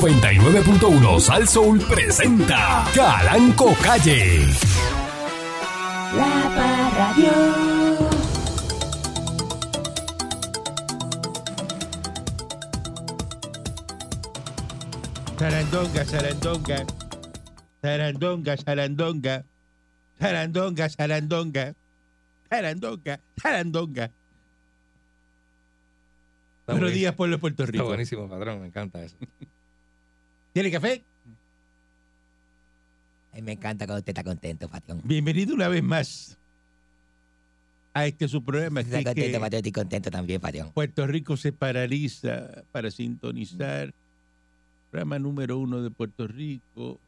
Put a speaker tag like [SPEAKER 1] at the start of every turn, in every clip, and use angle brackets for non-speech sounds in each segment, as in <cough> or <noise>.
[SPEAKER 1] 99.1 Sal Soul presenta Calanco Calle.
[SPEAKER 2] La Parradio.
[SPEAKER 3] Sarandonga, sarandonga. Sarandonga, sarandonga. Sarandonga, sarandonga. Sarandonga, sarandonga.
[SPEAKER 4] Está
[SPEAKER 3] Buenos
[SPEAKER 4] buenísimo.
[SPEAKER 3] días, pueblo de Puerto
[SPEAKER 4] Está
[SPEAKER 3] Rico.
[SPEAKER 4] buenísimo, patrón. Me encanta eso.
[SPEAKER 3] ¿Tiene café?
[SPEAKER 2] Ay, me encanta cuando usted está contento, patrón.
[SPEAKER 3] Bienvenido una vez más a este su programa.
[SPEAKER 2] Usted Está
[SPEAKER 3] Aquí
[SPEAKER 2] contento,
[SPEAKER 3] que
[SPEAKER 2] patrón. Estoy contento también, patrón.
[SPEAKER 3] Puerto Rico se paraliza para sintonizar. Programa número uno de Puerto Rico.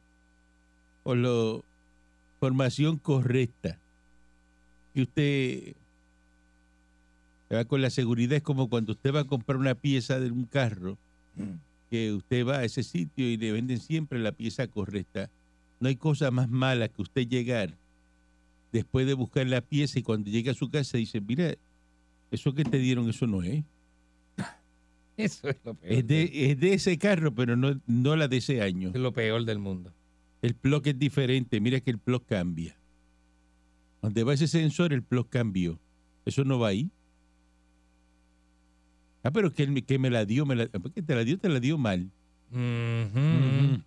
[SPEAKER 3] Por la formación correcta. Y usted se va con la seguridad. Es como cuando usted va a comprar una pieza de un carro. Que usted va a ese sitio y le venden siempre la pieza correcta. No hay cosa más mala que usted llegar después de buscar la pieza y cuando llega a su casa dice, mira, eso que te dieron, eso no es.
[SPEAKER 4] <laughs> Eso es lo peor.
[SPEAKER 3] Es de, es de ese carro, pero no, no la de ese año.
[SPEAKER 4] es lo peor del mundo.
[SPEAKER 3] El plug es diferente. Mira que el plug cambia. Donde va ese sensor, el plug cambió. Eso no va ahí. Ah, pero que, él me- que me la dio, me la, porque te la dio, te la dio mal.
[SPEAKER 4] Ujú.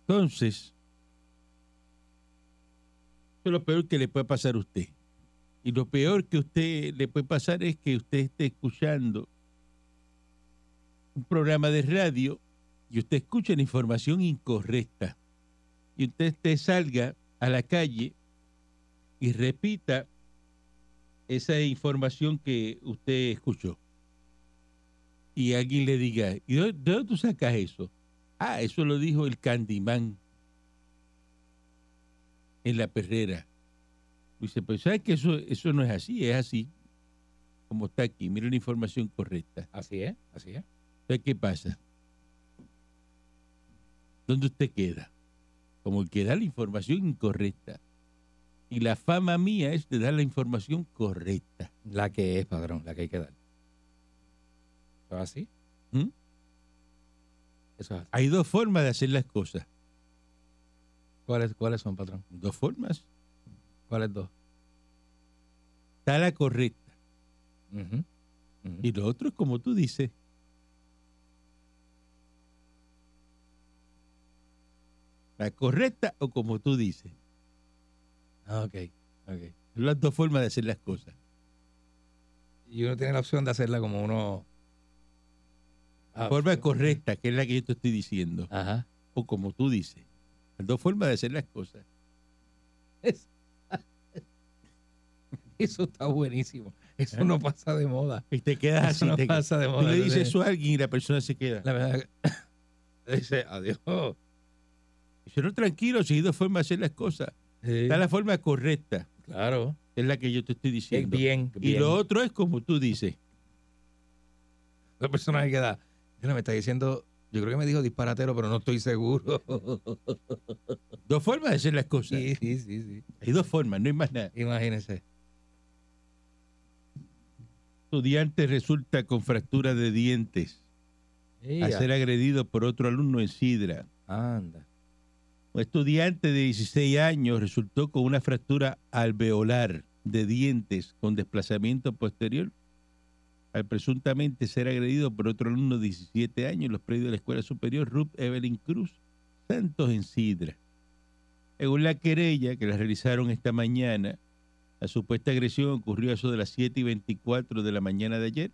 [SPEAKER 3] Entonces, eso es lo peor que le puede pasar a usted. Y lo peor que a usted le puede pasar es que usted esté escuchando un programa de radio y usted escucha la información incorrecta. Y usted te salga a la calle y repita esa información que usted escuchó. Y alguien le diga, ¿y dó- de dónde tú sacas eso? Ah, eso lo dijo el Candimán en la perrera. Dice, pues sabes que eso, eso no es así, es así, como está aquí. Mira la información correcta.
[SPEAKER 4] Así es, así es.
[SPEAKER 3] ¿Sabes qué pasa? ¿Dónde usted queda? Como el que da la información incorrecta. Y la fama mía es de dar la información correcta.
[SPEAKER 4] La que es, patrón, la que hay que dar. ¿Eso es así?
[SPEAKER 3] ¿Mm?
[SPEAKER 4] Eso es así.
[SPEAKER 3] Hay dos formas de hacer las cosas.
[SPEAKER 4] ¿Cuáles, ¿Cuáles son, patrón?
[SPEAKER 3] Dos formas.
[SPEAKER 4] ¿Cuáles dos?
[SPEAKER 3] Está la correcta.
[SPEAKER 4] Ujú. Ujú.
[SPEAKER 3] Y lo otro es como tú dices. La correcta o como tú dices.
[SPEAKER 4] Ah, ok, ok.
[SPEAKER 3] Son las dos formas de hacer las cosas.
[SPEAKER 4] Y uno tiene la opción de hacerla como uno...
[SPEAKER 3] La
[SPEAKER 4] Ah,
[SPEAKER 3] forma correcta, que es la que yo te estoy diciendo,
[SPEAKER 4] Ajá.
[SPEAKER 3] o como tú dices. Las dos formas de hacer las cosas.
[SPEAKER 4] Es- <laughs> Eso está buenísimo. Eso no pasa de moda.
[SPEAKER 3] Y te quedas
[SPEAKER 4] <laughs> Eso
[SPEAKER 3] así.
[SPEAKER 4] no
[SPEAKER 3] te-
[SPEAKER 4] pasa eh. de
[SPEAKER 3] tú
[SPEAKER 4] moda.
[SPEAKER 3] le
[SPEAKER 4] Eso
[SPEAKER 3] dices
[SPEAKER 4] tiene-
[SPEAKER 3] eso a alguien y la persona se queda.
[SPEAKER 4] La verdad <laughs> que- dice adiós.
[SPEAKER 3] Dice, no, tranquilo, si hay dos formas de hacer las cosas. Está la forma correcta,
[SPEAKER 4] Claro.
[SPEAKER 3] que es la que yo te estoy
[SPEAKER 4] Bien,
[SPEAKER 3] diciendo.
[SPEAKER 4] bien.
[SPEAKER 3] Y lo otro es como tú dices.
[SPEAKER 4] La persona que queda. Mira, me está diciendo. Yo creo que me dijo disparatero, pero no estoy <laughs> seguro.
[SPEAKER 3] Dos formas de hacer las cosas.
[SPEAKER 4] Sí, sí, sí. sí.
[SPEAKER 3] Hay dos formas, no hay más nada.
[SPEAKER 4] Imagínense.
[SPEAKER 3] estudiante resulta con fractura de dientes al
[SPEAKER 4] Ella.
[SPEAKER 3] ser agredido por otro alumno en Sidra.
[SPEAKER 4] Anda.
[SPEAKER 3] Un estudiante de 16 años resultó con una fractura alveolar de dientes con desplazamiento posterior al presuntamente ser agredido por otro alumno de 17 años en los predios de la Escuela Superior Ruth Evelyn Cruz Santos en Sidra. Según la querella que la realizaron esta mañana, la supuesta agresión ocurrió a eso de las 7 y 24 de la mañana de ayer,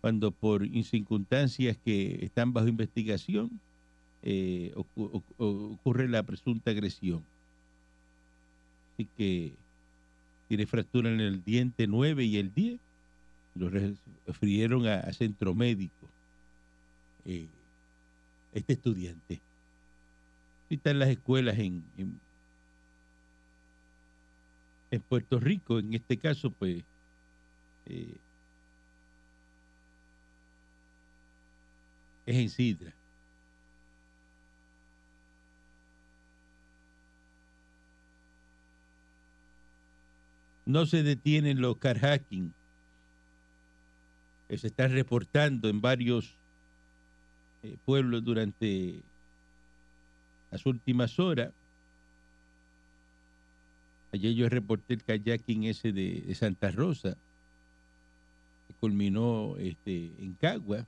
[SPEAKER 3] cuando por circunstancias que están bajo investigación, eh, ocu- ocu- o- ocurre la presunta agresión. Así que tiene fractura en el diente 9 y el 10. Lo refirieron a, a centro médico. eh, este estudiante. Y está en las escuelas en, en, en Puerto Rico, en este caso, pues. eh, es en Sidra. no se detienen los Eh, carjacking que se están reportando en varios eh, pueblo durante las últimas horas. Ayer yo reporté el kayaking ese de, de Santa Rosa, que culminó este, en Cagua.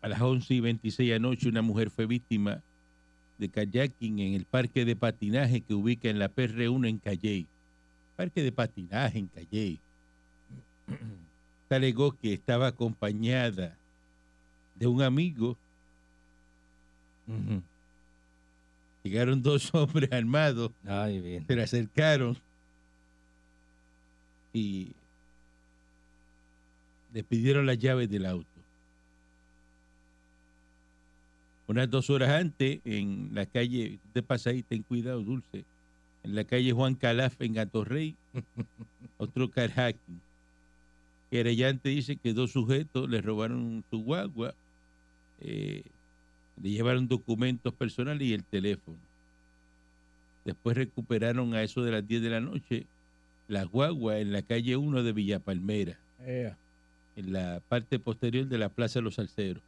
[SPEAKER 3] A las 11 y 26 anoche una mujer fue víctima de kayaking en el parque de patinaje que ubica en la PR1 en Calley. Parque de patinaje en Calley. Se alegó que estaba acompañada de un amigo.
[SPEAKER 4] Ujú.
[SPEAKER 3] Llegaron dos <laughs> hombres armados,
[SPEAKER 4] Ay, bien.
[SPEAKER 3] se le acercaron y le pidieron las llaves del auto. Unas dos horas antes, en la calle, de pasa ahí, ten cuidado, Dulce, en la calle Juan Calaf, en Gatorrey, otro carjacking. Querellante dice que dos sujetos le robaron su guagua, eh, le llevaron documentos personales y el teléfono. Después recuperaron a eso de las 10 de la noche la guagua en la calle 1 de Villa Palmera,
[SPEAKER 4] Ea.
[SPEAKER 3] en la parte posterior de la Plaza Los Salceros.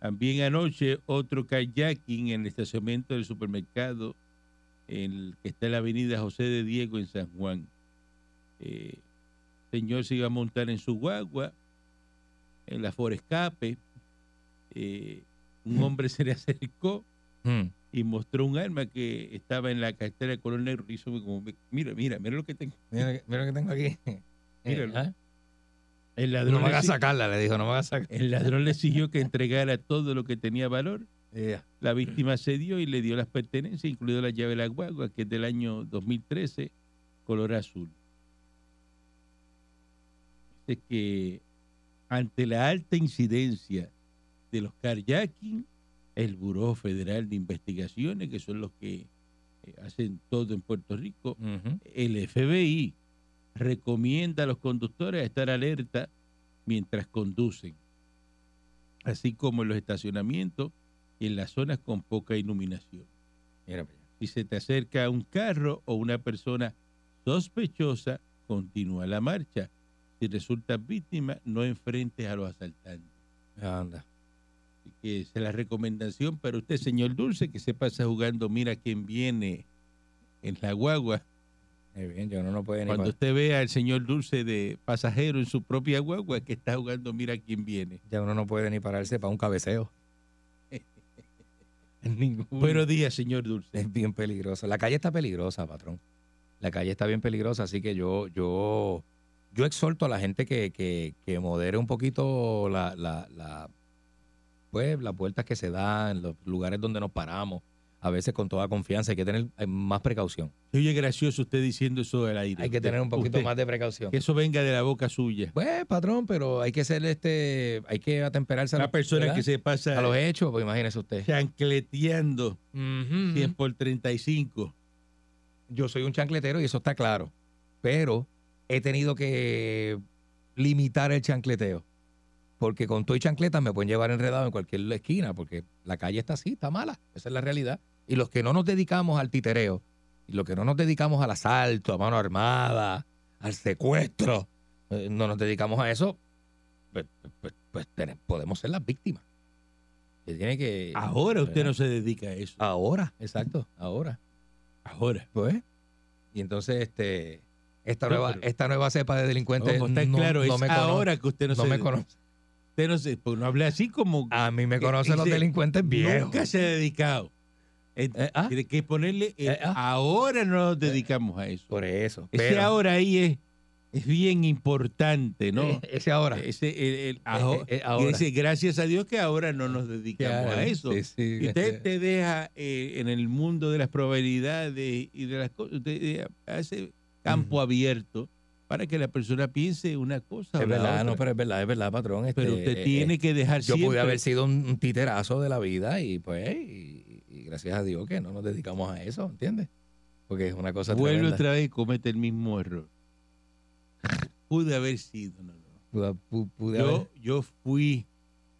[SPEAKER 3] También anoche otro kayaking en el estacionamiento del supermercado en el que está en la avenida José de Diego en San Juan. Eh, el señor se iba a montar en su guagua, en la forescape. Eh, un hombre se le acercó
[SPEAKER 4] Mm.
[SPEAKER 3] y mostró un arma que estaba en la cartera de color negro. Y hizo como, mira, mira, mira lo que tengo.
[SPEAKER 4] Mira, mira lo que tengo <laughs> aquí. Eh,
[SPEAKER 3] Míralo.
[SPEAKER 4] ¿ah?
[SPEAKER 3] El
[SPEAKER 4] No
[SPEAKER 3] ladrón,
[SPEAKER 4] me
[SPEAKER 3] le,
[SPEAKER 4] hagas
[SPEAKER 3] si-
[SPEAKER 4] sacarla, le dijo, no me hagas sacarla.
[SPEAKER 3] el ladrón le exigió que entregara todo lo que tenía valor. La víctima cedió y le dio las pertenencias, incluido la llave de la guagua, que es del año 2013, color azul. Dice que ante la alta incidencia de los carjacking, el Buró Federal de Investigaciones, que son los que eh, hacen todo en Puerto Rico,
[SPEAKER 4] Ujú.
[SPEAKER 3] el FBI recomienda a los conductores estar alerta mientras conducen, así como en los estacionamientos y en las zonas con poca iluminación.
[SPEAKER 4] Mira para allá.
[SPEAKER 3] Si se te acerca un carro o una persona sospechosa, continúa la marcha. Si resultas víctima, no enfrentes a los asaltantes.
[SPEAKER 4] Anda.
[SPEAKER 3] Así que esa es la recomendación para usted, señor Dulce, que se pasa jugando, mira quién viene en la guagua.
[SPEAKER 4] Muy bien, yo no, no puede ni
[SPEAKER 3] Cuando
[SPEAKER 4] pa-
[SPEAKER 3] usted vea al señor Dulce de pasajero en su propia guagua que está jugando, mira quién viene.
[SPEAKER 4] Ya uno no puede ni pararse para un cabeceo. <laughs> Ninguno.
[SPEAKER 3] Buenos días, señor Dulce.
[SPEAKER 4] es bien peligroso. La calle está peligrosa, patrón. La calle está bien peligrosa, así que yo, yo, yo exhorto a la gente que, que, que modere un poquito la, la, la- pues, las vueltas que se dan, los lugares donde nos paramos. A veces con toda confianza hay que tener eh, más precaución.
[SPEAKER 3] Se oye gracioso usted diciendo eso del aire.
[SPEAKER 4] Hay que tener un poquito
[SPEAKER 3] Usted-
[SPEAKER 4] más de precaución.
[SPEAKER 3] Que eso venga de la boca suya.
[SPEAKER 4] Pues, patrón, pero hay que ser este, hay que atemperarse a
[SPEAKER 3] Una
[SPEAKER 4] los-
[SPEAKER 3] persona
[SPEAKER 4] ¿verdad?
[SPEAKER 3] que se pasa
[SPEAKER 4] a los hechos, pues imagínese usted.
[SPEAKER 3] chancleteando
[SPEAKER 4] Ujú.
[SPEAKER 3] 100 por 35.
[SPEAKER 4] yo soy un chancletero y eso está claro. Pero he tenido que limitar el chancleteo. Porque con todo y chancletas me pueden llevar enredado en cualquier esquina, porque la calle está así, está mala. Esa es la realidad. Y los que no nos dedicamos al titereo, y los que no nos dedicamos al asalto, a mano armada, al secuestro, eh, no nos dedicamos a eso, pues, pues- pues tene- podemos ser las víctimas. Que tiene que.
[SPEAKER 3] Ahora usted
[SPEAKER 4] ¿verdad? Ah,
[SPEAKER 3] no se dedica a eso.
[SPEAKER 4] Ahora, exacto, ahora.
[SPEAKER 3] Ahora.
[SPEAKER 4] Pues. Y entonces, este, esta
[SPEAKER 3] No,
[SPEAKER 4] nueva,
[SPEAKER 3] pero-
[SPEAKER 4] esta nueva cepa de delincuentes
[SPEAKER 3] Como está
[SPEAKER 4] no,
[SPEAKER 3] claro,
[SPEAKER 4] no
[SPEAKER 3] es
[SPEAKER 4] me conoce.
[SPEAKER 3] ahora que usted no, se
[SPEAKER 4] no me Ah,
[SPEAKER 3] dedica.
[SPEAKER 4] conoce.
[SPEAKER 3] Usted no se, porque no habla así como
[SPEAKER 4] A mí me
[SPEAKER 3] Eh,
[SPEAKER 4] conocen los
[SPEAKER 3] dice,
[SPEAKER 4] delincuentes viejos.
[SPEAKER 3] nunca se ha dedicado. Eh,
[SPEAKER 4] Eh, ah,
[SPEAKER 3] Tiene que ponerle, eh,
[SPEAKER 4] Eh, ah.
[SPEAKER 3] ahora no nos dedicamos a eso.
[SPEAKER 4] Por eso.
[SPEAKER 3] Ese
[SPEAKER 4] pero-
[SPEAKER 3] ahora ahí es, es bien importante, ¿no?
[SPEAKER 4] eh, Ese ahora.
[SPEAKER 3] Ese, el, el
[SPEAKER 4] Eh,
[SPEAKER 3] ajo-
[SPEAKER 4] eh, eh, ahora.
[SPEAKER 3] y ese, gracias a Dios que ahora no nos dedicamos a eso.
[SPEAKER 4] Sí, sí,
[SPEAKER 3] Y usted
[SPEAKER 4] este,
[SPEAKER 3] te deja eh, en el mundo de las probabilidades y de las cosas, usted eh, hace campo
[SPEAKER 4] Ujú.
[SPEAKER 3] abierto para que la persona piense una cosa. o
[SPEAKER 4] es
[SPEAKER 3] la
[SPEAKER 4] verdad, no,
[SPEAKER 3] otra.
[SPEAKER 4] pero es verdad, es verdad, patrón. este,
[SPEAKER 3] Pero usted
[SPEAKER 4] eh,
[SPEAKER 3] tiene
[SPEAKER 4] eh,
[SPEAKER 3] que dejar
[SPEAKER 4] Yo
[SPEAKER 3] siempre.
[SPEAKER 4] pude haber sido un, un titerazo de la vida y pues, y, y gracias a Dios que no nos dedicamos a eso, ¿entiendes? Porque es una cosa
[SPEAKER 3] Vuelve
[SPEAKER 4] tremenda.
[SPEAKER 3] otra vez y comete el mismo error. Pude haber sido. no, no.
[SPEAKER 4] Pude- pu- pude haber-
[SPEAKER 3] Yo, yo fui,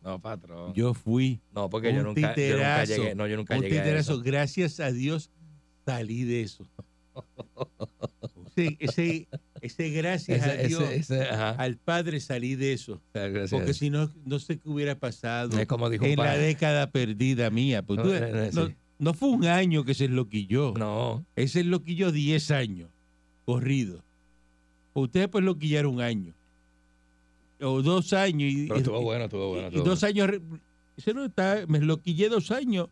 [SPEAKER 4] No, patrón.
[SPEAKER 3] yo fui
[SPEAKER 4] no, porque
[SPEAKER 3] un
[SPEAKER 4] yo nunca, yo nunca
[SPEAKER 3] titerazo,
[SPEAKER 4] llegué. No, yo nunca
[SPEAKER 3] un
[SPEAKER 4] llegué a
[SPEAKER 3] titerazo.
[SPEAKER 4] eso.
[SPEAKER 3] Gracias a Dios salí de eso. ese, ese, ese gracias
[SPEAKER 4] Ese-
[SPEAKER 3] a Dios,
[SPEAKER 4] ese- ese- ajá.
[SPEAKER 3] al padre salí de eso.
[SPEAKER 4] O sea, gracias.
[SPEAKER 3] Porque si no, no sé qué hubiera pasado
[SPEAKER 4] es como dijo un
[SPEAKER 3] en la
[SPEAKER 4] pana.
[SPEAKER 3] década perdida mía. Pues,
[SPEAKER 4] No,
[SPEAKER 3] tú-
[SPEAKER 4] no, no,
[SPEAKER 3] no-
[SPEAKER 4] sí.
[SPEAKER 3] no fue un año que se enloquilló.
[SPEAKER 4] No,
[SPEAKER 3] Ese enloquilló 10 años corrido. Ustedes pues enloquillaron un año. O dos años. Y,
[SPEAKER 4] pero
[SPEAKER 3] y-
[SPEAKER 4] estuvo bueno, estuvo
[SPEAKER 3] y-
[SPEAKER 4] bueno.
[SPEAKER 3] y
[SPEAKER 4] estuvo
[SPEAKER 3] dos
[SPEAKER 4] bueno.
[SPEAKER 3] años. re- Ese no está, me enloquillé dos años,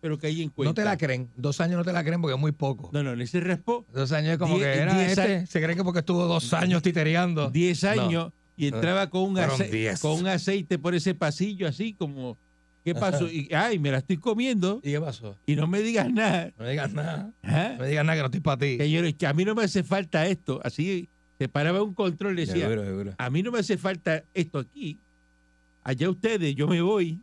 [SPEAKER 3] pero caí en cuenta.
[SPEAKER 4] No te la creen, dos años no te la creen porque es muy poco.
[SPEAKER 3] No, no, en ese raspo,
[SPEAKER 4] Dos años es como
[SPEAKER 3] Die-
[SPEAKER 4] que era
[SPEAKER 3] diez
[SPEAKER 4] este,
[SPEAKER 3] años.
[SPEAKER 4] se cree que porque estuvo dos años titereando.
[SPEAKER 3] 10
[SPEAKER 4] No. Eh,
[SPEAKER 3] años y entraba con un,
[SPEAKER 4] Fueron
[SPEAKER 3] ace-
[SPEAKER 4] 10.
[SPEAKER 3] con un aceite por ese pasillo, así como, ¿qué pasó? Y, ay, me la estoy comiendo
[SPEAKER 4] ¿Y qué pasó?
[SPEAKER 3] y no me digas nada.
[SPEAKER 4] No digas nada,
[SPEAKER 3] ¿ah?
[SPEAKER 4] no me digas nada que no estoy para ti.
[SPEAKER 3] Que, yo- que a mí no me hace falta esto. Así se paraba un control y decía,
[SPEAKER 4] Seguro, seguro.
[SPEAKER 3] a mí no me hace falta esto aquí. Allá ustedes, yo me voy.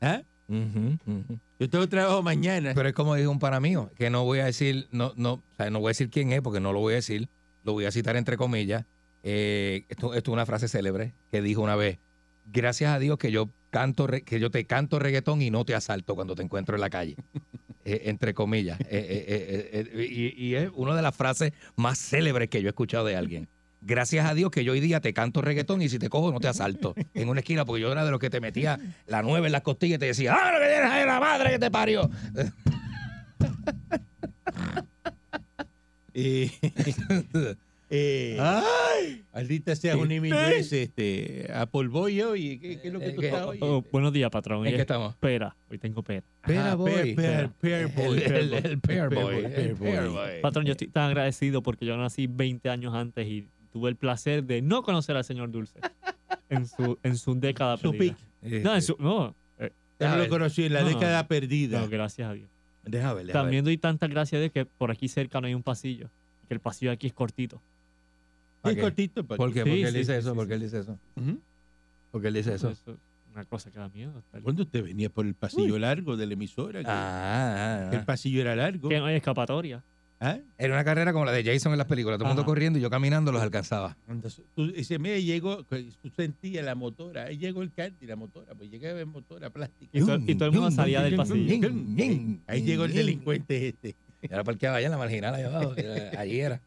[SPEAKER 3] ¿ah?
[SPEAKER 4] Ujú, ujú.
[SPEAKER 3] Yo tengo trabajo mañana.
[SPEAKER 4] Pero es como dijo un para mío, que no voy a decir, no, no, o sea, no voy a decir quién es, porque no lo voy a decir, lo voy a citar entre comillas. Eh, esto, esto es una frase célebre que dijo una vez: Gracias a Dios que yo canto, re- que yo te canto reggaetón y no te asalto cuando te encuentro en la calle. <laughs> Eh, entre comillas. Eh, eh, eh, eh, eh, y, y es una de las frases más célebres que yo he escuchado de alguien. Gracias a Dios que yo hoy día te canto reggaetón y si te cojo no te asalto en una esquina porque yo era de los que te metía la nueve en las costillas y te decía, ¡ah, lo que tienes ahí, la madre que te parió!
[SPEAKER 3] Eh, <laughs> eh, Maldita sea un inglés, este, Apple Boy hoy. ¿Qué, qué es lo que tú
[SPEAKER 4] Eh, Eh,
[SPEAKER 3] estás
[SPEAKER 4] eh,
[SPEAKER 3] hoy?
[SPEAKER 5] Oh, buenos días, patrón.
[SPEAKER 4] ¿En
[SPEAKER 5] Hoy
[SPEAKER 4] qué
[SPEAKER 5] es <laughs>
[SPEAKER 4] estamos?
[SPEAKER 5] pera. Hoy tengo pera.
[SPEAKER 3] Ah, Pear, Pear, Pear Boy.
[SPEAKER 4] El, el, el
[SPEAKER 3] Pear
[SPEAKER 4] Pear Boy.
[SPEAKER 3] Boy,
[SPEAKER 4] El
[SPEAKER 3] Pear Boy.
[SPEAKER 4] Pear Boy.
[SPEAKER 5] Patrón, yo estoy tan agradecido porque yo nací 20 años antes y tuve el placer de no conocer al
[SPEAKER 4] <laughs>
[SPEAKER 5] señor Dulce en su, en su década
[SPEAKER 3] Su
[SPEAKER 5] perdida.
[SPEAKER 3] pick.
[SPEAKER 5] No, en su, no, eh,
[SPEAKER 3] Este, Ya no
[SPEAKER 4] A
[SPEAKER 3] lo
[SPEAKER 4] ver.
[SPEAKER 3] conocí en la
[SPEAKER 5] No, no.
[SPEAKER 3] década perdida.
[SPEAKER 5] no, gracias a Dios.
[SPEAKER 4] Deja ver, deja ver.
[SPEAKER 5] También doy tantas gracias de que por aquí cerca no hay un pasillo. Que el pasillo aquí es cortito.
[SPEAKER 4] ¿Para
[SPEAKER 3] Bien
[SPEAKER 4] qué?
[SPEAKER 3] cortito. para
[SPEAKER 4] ¿Por
[SPEAKER 3] que-
[SPEAKER 4] qué? ¿Mm?
[SPEAKER 5] Sí,
[SPEAKER 4] ¿Por qué él
[SPEAKER 5] sí,
[SPEAKER 4] dice
[SPEAKER 5] sí,
[SPEAKER 4] eso?
[SPEAKER 5] sí,
[SPEAKER 4] ¿Por qué él dice eso?
[SPEAKER 3] Ujú.
[SPEAKER 4] ¿Por qué él dice
[SPEAKER 5] Eso
[SPEAKER 4] eso?
[SPEAKER 5] es una cosa que da miedo.
[SPEAKER 3] Cuando usted venía por el pasillo largo de la emisora, que-
[SPEAKER 4] Ah,
[SPEAKER 3] que
[SPEAKER 4] ah,
[SPEAKER 3] el
[SPEAKER 4] ah.
[SPEAKER 3] pasillo era largo.
[SPEAKER 5] Que no hay escapatoria.
[SPEAKER 3] ¿ah?
[SPEAKER 4] Era una carrera como la de Jason en las películas. Todo el mundo
[SPEAKER 5] Ajá.
[SPEAKER 4] corriendo y yo caminando los alcanzaba.
[SPEAKER 3] Entonces, tú dices, mire, llegó, tú sentías la motora, ahí llegó el y la motora, pues llegaba en motora plástica.
[SPEAKER 5] Y to- y todo el mundo salía del pasillo.
[SPEAKER 3] Ahí llegó el delincuente este.
[SPEAKER 4] Era parqueaba allá en la marginal, allá abajo. Era- Allí era.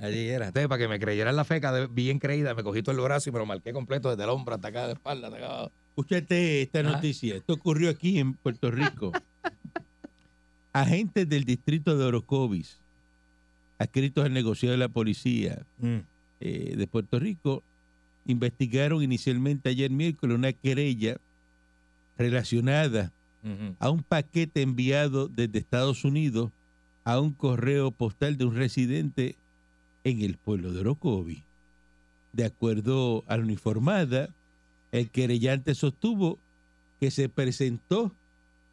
[SPEAKER 4] Allí era. Entonces, para que me creyeran la feca de- bien creída, me cogí todo el brazo y me lo marqué completo desde el hombro hasta acá, de espalda, hasta acá abajo.
[SPEAKER 3] Escúchate esta
[SPEAKER 4] Ajá.
[SPEAKER 3] noticia. Esto ocurrió aquí en Puerto
[SPEAKER 4] <laughs>
[SPEAKER 3] Rico. Agentes del distrito de Orocovis, adscritos al negociado de la policía
[SPEAKER 4] Mm.
[SPEAKER 3] eh, de Puerto Rico, investigaron inicialmente ayer miércoles una querella relacionada
[SPEAKER 4] Ujú.
[SPEAKER 3] a un paquete enviado desde Estados Unidos a un correo postal de un residente en el pueblo de Orocovi. De acuerdo a la uniformada, el querellante sostuvo que se presentó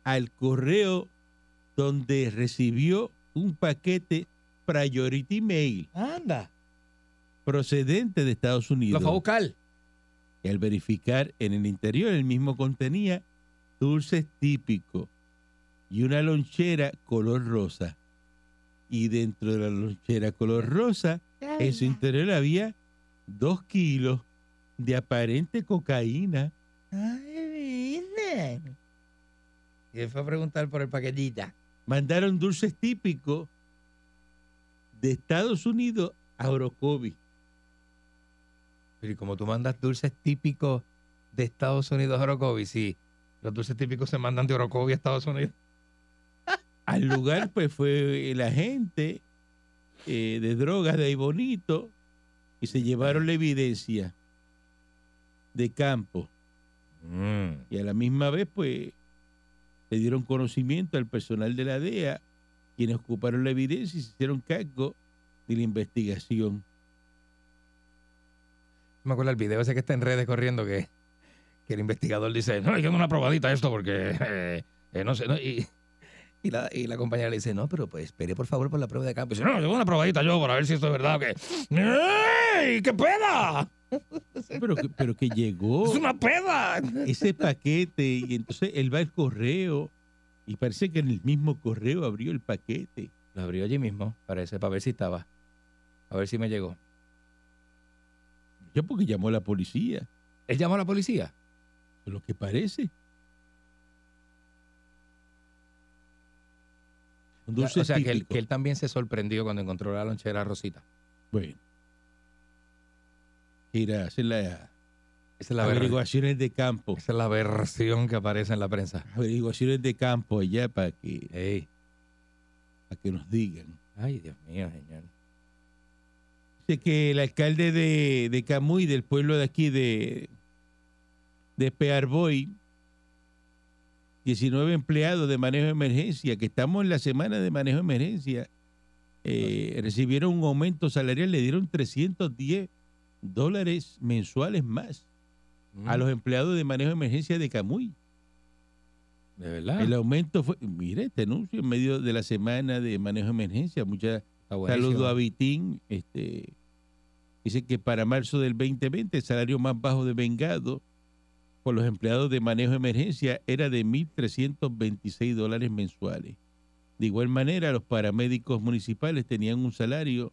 [SPEAKER 3] al correo donde recibió un paquete Priority Mail
[SPEAKER 4] Anda.
[SPEAKER 3] procedente de Estados
[SPEAKER 4] Lo
[SPEAKER 3] Unidos.
[SPEAKER 4] fue a buscar.
[SPEAKER 3] Y al verificar en el interior, el mismo contenía dulces típicos y una lonchera color rosa. Y dentro de la lonchera color rosa, en su interior había dos kilos de aparente cocaína.
[SPEAKER 4] Y él fue a preguntar por el paquetita.
[SPEAKER 3] Mandaron dulces típicos de Estados Unidos a Orocovi.
[SPEAKER 4] Pero ¿y como tú mandas dulces típicos de Estados Unidos a Orocovi, sí. Los dulces típicos se mandan de Orocovi a Estados Unidos. <laughs>
[SPEAKER 3] Al lugar, pues, fue el agente eh, de drogas de ahí bonito y se llevaron la evidencia de campo. Y a la misma vez, pues, le dieron conocimiento al personal de la DEA, quienes ocuparon la evidencia y se hicieron cargo de la
[SPEAKER 4] <laughs>
[SPEAKER 3] investigación.
[SPEAKER 4] Me acuerdo el video ese que está en redes corriendo que, que el investigador dice, no, hay que dar una probadita a esto porque eh, eh, no sé, ¿no?". Y, y la, y la compañera le dice, no, pero pues espere por favor por la prueba de campo. Y dice, no, yo doy una probadita yo para ver si esto es verdad o qué. ¡Ey! ¡Qué peda!
[SPEAKER 3] Pero que, pero que llegó
[SPEAKER 4] ¡Es una peda!
[SPEAKER 3] ese paquete y entonces él va al correo y parece que en el mismo correo abrió el paquete.
[SPEAKER 4] Lo abrió allí mismo, parece, para ver si estaba. A ver si me llegó.
[SPEAKER 3] Yo porque llamó a la policía,
[SPEAKER 4] Él llamó a la policía.
[SPEAKER 3] es lo que parece. Un dulce
[SPEAKER 4] o sea, que él,
[SPEAKER 3] típico.
[SPEAKER 4] que él también se sorprendió cuando encontró la lonchera Rosita.
[SPEAKER 3] Bueno. Mira, hacer las
[SPEAKER 4] Esa es la, ver-
[SPEAKER 3] averiguaciones de campo.
[SPEAKER 4] esa es la versión que aparece en la prensa.
[SPEAKER 3] Averiguaciones de campo allá para que,
[SPEAKER 4] Ey.
[SPEAKER 3] para que nos digan.
[SPEAKER 4] Ay, Dios mío, señor.
[SPEAKER 3] Dice que el alcalde de, de Camuy, del pueblo de aquí de, de Pearboy, 19 empleados de manejo de emergencia, que estamos en la semana de manejo de emergencia, eh, recibieron un aumento salarial, le dieron 310 dólares mensuales más
[SPEAKER 4] Mm,
[SPEAKER 3] a los empleados de manejo de emergencia de Camuy.
[SPEAKER 4] Mm, De verdad.
[SPEAKER 3] El aumento fue, mire, este anuncio en medio de la semana de manejo de emergencia, muchas
[SPEAKER 4] Está buenísimo.
[SPEAKER 3] Saludo a Vitín. Este, dice que para marzo del 2020 el salario más bajo de Vengado por los empleados de manejo de emergencia era de 1.326 dólares mensuales. De igual manera, los paramédicos municipales tenían un salario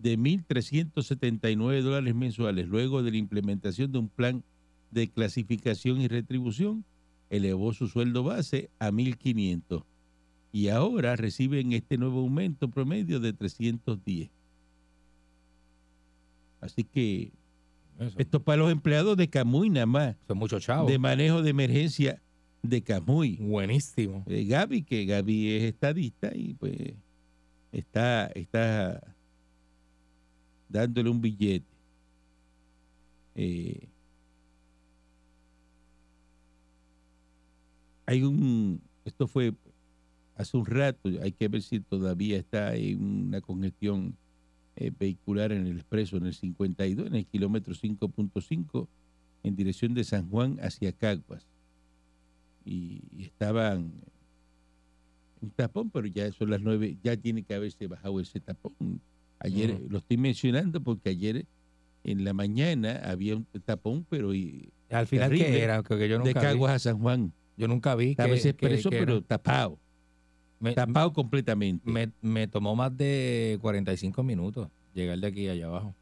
[SPEAKER 3] de 1.379 dólares mensuales. Luego de la implementación de un plan de clasificación y retribución, elevó su sueldo base a 1.500 y ahora reciben este nuevo aumento promedio de 310. Así que
[SPEAKER 4] Eso.
[SPEAKER 3] esto es para los empleados de Camuy nada más,
[SPEAKER 4] Son muchos chavos.
[SPEAKER 3] de manejo de emergencia de Camuy.
[SPEAKER 4] Buenísimo.
[SPEAKER 3] Eh, Gaby, que Gaby es estadista y pues está, está dándole un billete. Eh, hay un, esto fue hace un rato, hay que ver si todavía está en una congestión eh, vehicular en el expreso, en el 52, en el kilómetro 5.5, en dirección de San Juan hacia Caguas. Y, y estaban un tapón, pero ya son las 9, ya tiene que haberse bajado ese tapón. Ayer,
[SPEAKER 4] Ujú.
[SPEAKER 3] lo estoy mencionando porque ayer en la mañana había un tapón, pero y-
[SPEAKER 4] Al final,
[SPEAKER 3] Terrible.
[SPEAKER 4] ¿qué era? Que, que yo
[SPEAKER 3] de
[SPEAKER 4] nunca vi.
[SPEAKER 3] Caguas a San Juan.
[SPEAKER 4] Yo nunca vi.
[SPEAKER 3] A
[SPEAKER 4] que-
[SPEAKER 3] veces
[SPEAKER 4] que-
[SPEAKER 3] preso,
[SPEAKER 4] que era.
[SPEAKER 3] pero tapado.
[SPEAKER 4] Me-
[SPEAKER 3] Tapado completamente.
[SPEAKER 4] me, me tomó más de 45 minutos llegar de aquí allá abajo.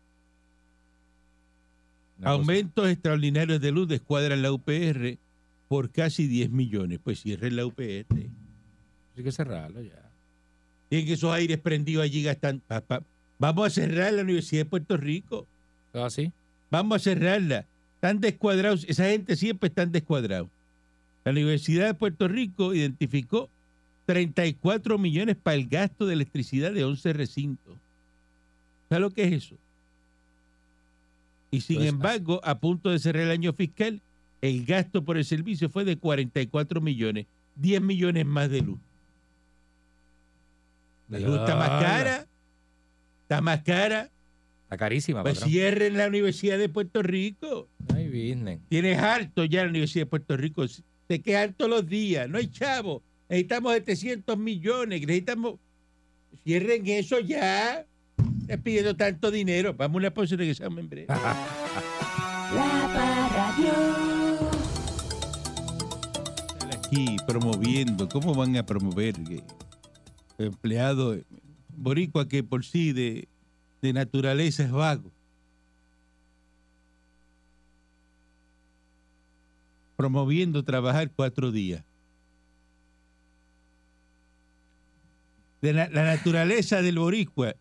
[SPEAKER 4] Una
[SPEAKER 3] Aumentos extraordinarios de luz descuadran la UPR por casi 10 millones. Pues cierren la UPR.
[SPEAKER 4] cosa- Hay que cerrarlo ya.
[SPEAKER 3] Tienen esos aires prendidos allí gastan. pa- pa- Vamos a cerrar la Universidad de Puerto Rico.
[SPEAKER 4] ¿Todo así?
[SPEAKER 3] Vamos a cerrarla. Están descuadrados. Esa gente siempre están descuadrados. La Universidad de Puerto Rico identificó 34 millones para el gasto de electricidad de 11 recintos. ¿Sabes lo que es eso? Y sin
[SPEAKER 4] Pues, así.
[SPEAKER 3] embargo, a punto de cerrar el año fiscal, el gasto por el servicio fue de 44 millones, 10 millones más de luz. La luz está más
[SPEAKER 4] Ya,
[SPEAKER 3] cara, está más cara.
[SPEAKER 4] Está carísima,
[SPEAKER 3] Pues
[SPEAKER 4] patrón.
[SPEAKER 3] cierren la Universidad de Puerto Rico.
[SPEAKER 4] Ay, business.
[SPEAKER 3] Tienes harto ya la Universidad de Puerto Rico. Te quedas harto los días. No hay chavo. Necesitamos 700 millones. Necesitamos. Cierren eso ya. Estás pidiendo tanto dinero. Vamos a una pausa y regresamos en breve.
[SPEAKER 2] La Parra Dios.
[SPEAKER 3] Aquí promoviendo. ¿Cómo van a promover eh, empleados? Boricua que por sí de, de naturaleza es vago. Promoviendo trabajar cuatro días. De la, la naturaleza del boricua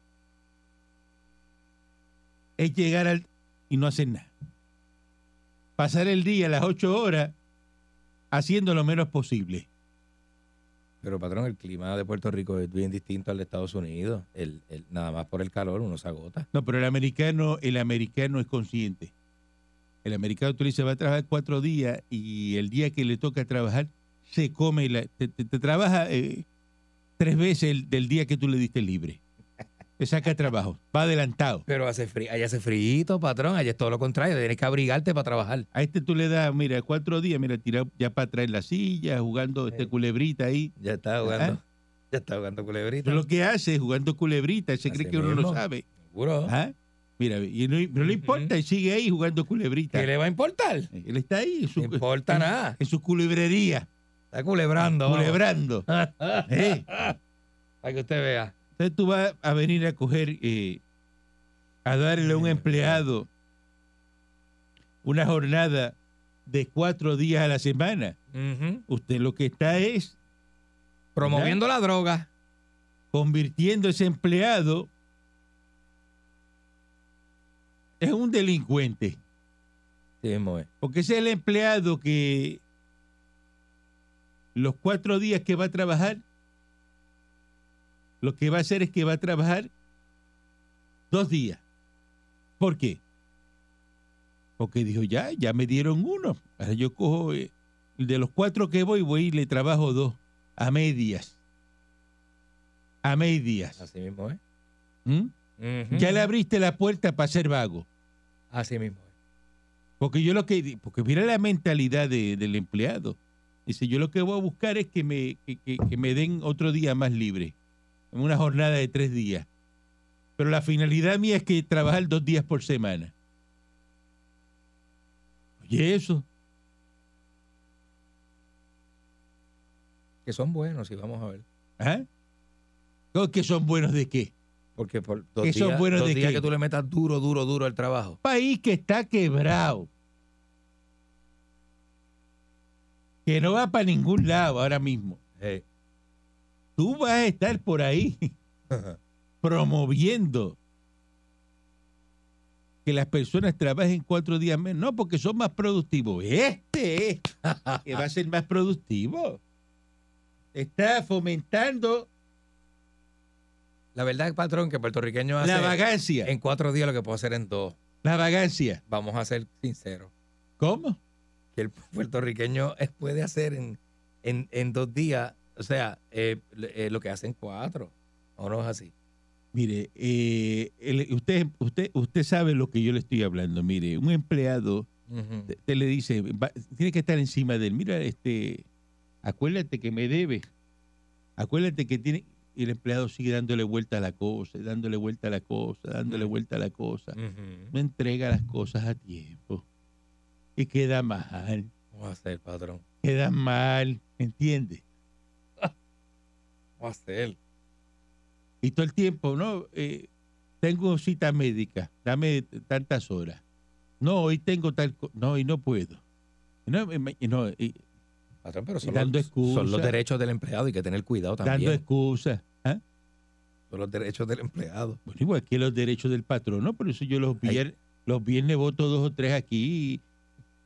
[SPEAKER 3] es llegar al y no hacer nada. Pasar el día las ocho horas haciendo lo menos posible.
[SPEAKER 4] Pero, patrón, el clima de Puerto Rico es bien distinto al de Estados Unidos. El, el- nada más por el calor uno se agota.
[SPEAKER 3] No, pero el americano, el americano es consciente. El americano tú le dices, va a trabajar cuatro días y el día que le toca trabajar, se come, la- te, te- te trabaja eh, tres veces el- del día que tú le diste libre. Te saca trabajo, va adelantado.
[SPEAKER 4] Pero hace frío, allá hace frío, patrón. Allá es todo lo contrario. Tienes que abrigarte para trabajar.
[SPEAKER 3] A este tú le das, mira, cuatro días, mira, tirado ya para traer la silla, jugando este
[SPEAKER 4] Sí.
[SPEAKER 3] culebrita ahí.
[SPEAKER 4] Ya está jugando. Ya está jugando
[SPEAKER 3] Eso
[SPEAKER 4] culebrita.
[SPEAKER 3] es lo que hace, jugando culebrita, él se cree
[SPEAKER 4] Así
[SPEAKER 3] que uno no
[SPEAKER 4] mismo.
[SPEAKER 3] sabe.
[SPEAKER 4] Seguro.
[SPEAKER 3] Ajá. Mira, y no, no le importa, él sigue ahí jugando culebrita.
[SPEAKER 4] ¿Qué le va a importar?
[SPEAKER 3] Él está ahí en su,
[SPEAKER 4] No importa
[SPEAKER 3] en-
[SPEAKER 4] nada.
[SPEAKER 3] en su culebrería,
[SPEAKER 4] Está culebrando. vamos. <laughs>
[SPEAKER 3] culebrando. ¿eh?
[SPEAKER 4] Para que usted vea.
[SPEAKER 3] Entonces tú vas a venir a coger, eh, a darle a
[SPEAKER 4] Eh.
[SPEAKER 3] un empleado una jornada de cuatro días a la semana.
[SPEAKER 4] Ujú.
[SPEAKER 3] Usted lo que está es
[SPEAKER 4] Promoviendo la droga.
[SPEAKER 3] convirtiendo ese empleado en un delincuente.
[SPEAKER 4] Sí, mismo es.
[SPEAKER 3] Porque ese es el empleado que los cuatro días que va a trabajar, lo que va a hacer es que va a trabajar dos días. ¿Por qué? Porque dijo, ya, ya me dieron uno. Ahora yo cojo, eh, de los cuatro que voy, voy y le trabajo dos, a medias. A medias.
[SPEAKER 4] Así mismo es.
[SPEAKER 3] ¿Mm?
[SPEAKER 4] Ujú.
[SPEAKER 3] Ya le abriste la puerta para ser vago.
[SPEAKER 4] Así mismo es.
[SPEAKER 3] Porque yo lo que, porque mira la mentalidad de- del empleado. Dice, yo lo que voy a buscar es que me, que, que- que me den otro día más libre, en una jornada de tres días. Pero la finalidad mía es que trabajar dos días por semana. Oye, eso.
[SPEAKER 4] Que son buenos, sí, vamos a ver.
[SPEAKER 3] ¿ah? ¿Cómo que son buenos de qué?
[SPEAKER 4] Porque por dos
[SPEAKER 3] Que son
[SPEAKER 4] días,
[SPEAKER 3] buenos
[SPEAKER 4] dos
[SPEAKER 3] de
[SPEAKER 4] días
[SPEAKER 3] qué.
[SPEAKER 4] que tú le metas duro, duro, duro al trabajo.
[SPEAKER 3] país que está quebrado, que no va para ningún lado ahora mismo.
[SPEAKER 4] Eh,
[SPEAKER 3] Tú vas a estar por ahí promoviendo que las personas trabajen cuatro días menos. No, porque son más productivos. Este es que va a ser más productivo. Está fomentando
[SPEAKER 4] La verdad, patrón, que puertorriqueño hace
[SPEAKER 3] la vagancia.
[SPEAKER 4] en cuatro días lo que puedo hacer en dos.
[SPEAKER 3] La vagancia.
[SPEAKER 4] Vamos a ser sinceros.
[SPEAKER 3] ¿Cómo?
[SPEAKER 4] Que el puertorriqueño eh, puede hacer en, en, en dos días, o sea, eh, le- eh, lo que hace en cuatro. ¿O no es así?
[SPEAKER 3] Mire, eh, el- usted, usted, usted sabe lo que yo le estoy hablando. Mire, un empleado
[SPEAKER 4] Ujú.
[SPEAKER 3] te, te le dice, va- tiene que estar encima de él. Mira, este, acuérdate que me debe. Acuérdate que tiene. Y el empleado sigue dándole vuelta a la cosa, dándole vuelta a la cosa, dándole
[SPEAKER 4] Ujú.
[SPEAKER 3] vuelta a la cosa.
[SPEAKER 4] Ujú.
[SPEAKER 3] No entrega las cosas a tiempo. Y queda mal,
[SPEAKER 4] ¿Cómo va a ser, patrón?
[SPEAKER 3] queda mal, ¿entiendes?
[SPEAKER 4] ¿Cómo va a ser?
[SPEAKER 3] Y todo el tiempo, no, Eh, tengo cita médica, dame tantas horas. No, hoy tengo tal co- no, hoy no puedo. No, eh, ma- no, eh,
[SPEAKER 4] Patrón, pero
[SPEAKER 3] Y
[SPEAKER 4] son,
[SPEAKER 3] dando
[SPEAKER 4] los,
[SPEAKER 3] excusa.
[SPEAKER 4] son los derechos del empleado, hay que tener cuidado también.
[SPEAKER 3] dando excusas. ¿ah?
[SPEAKER 4] Son los derechos del empleado.
[SPEAKER 3] Bueno, igual que los derechos del patrón, ¿no? Por eso yo los
[SPEAKER 4] Ay.
[SPEAKER 3] viernes, los viernes voto dos o tres aquí.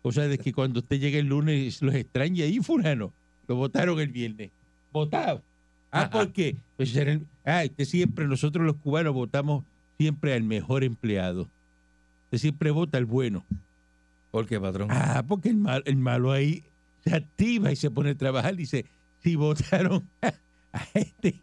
[SPEAKER 3] Cosa de que cuando usted llegue el lunes los extraña ahí, <laughs> fulano. Lo votaron el viernes. Votado. Ah,
[SPEAKER 4] Ajá.
[SPEAKER 3] ¿por qué? Pues era el- ah, usted siempre, nosotros los cubanos votamos siempre al mejor empleado. Usted siempre vota al bueno.
[SPEAKER 4] ¿Por qué, patrón?
[SPEAKER 3] Ah, porque el, mal- el malo ahí se activa y se pone a trabajar y dice, si votaron a, a este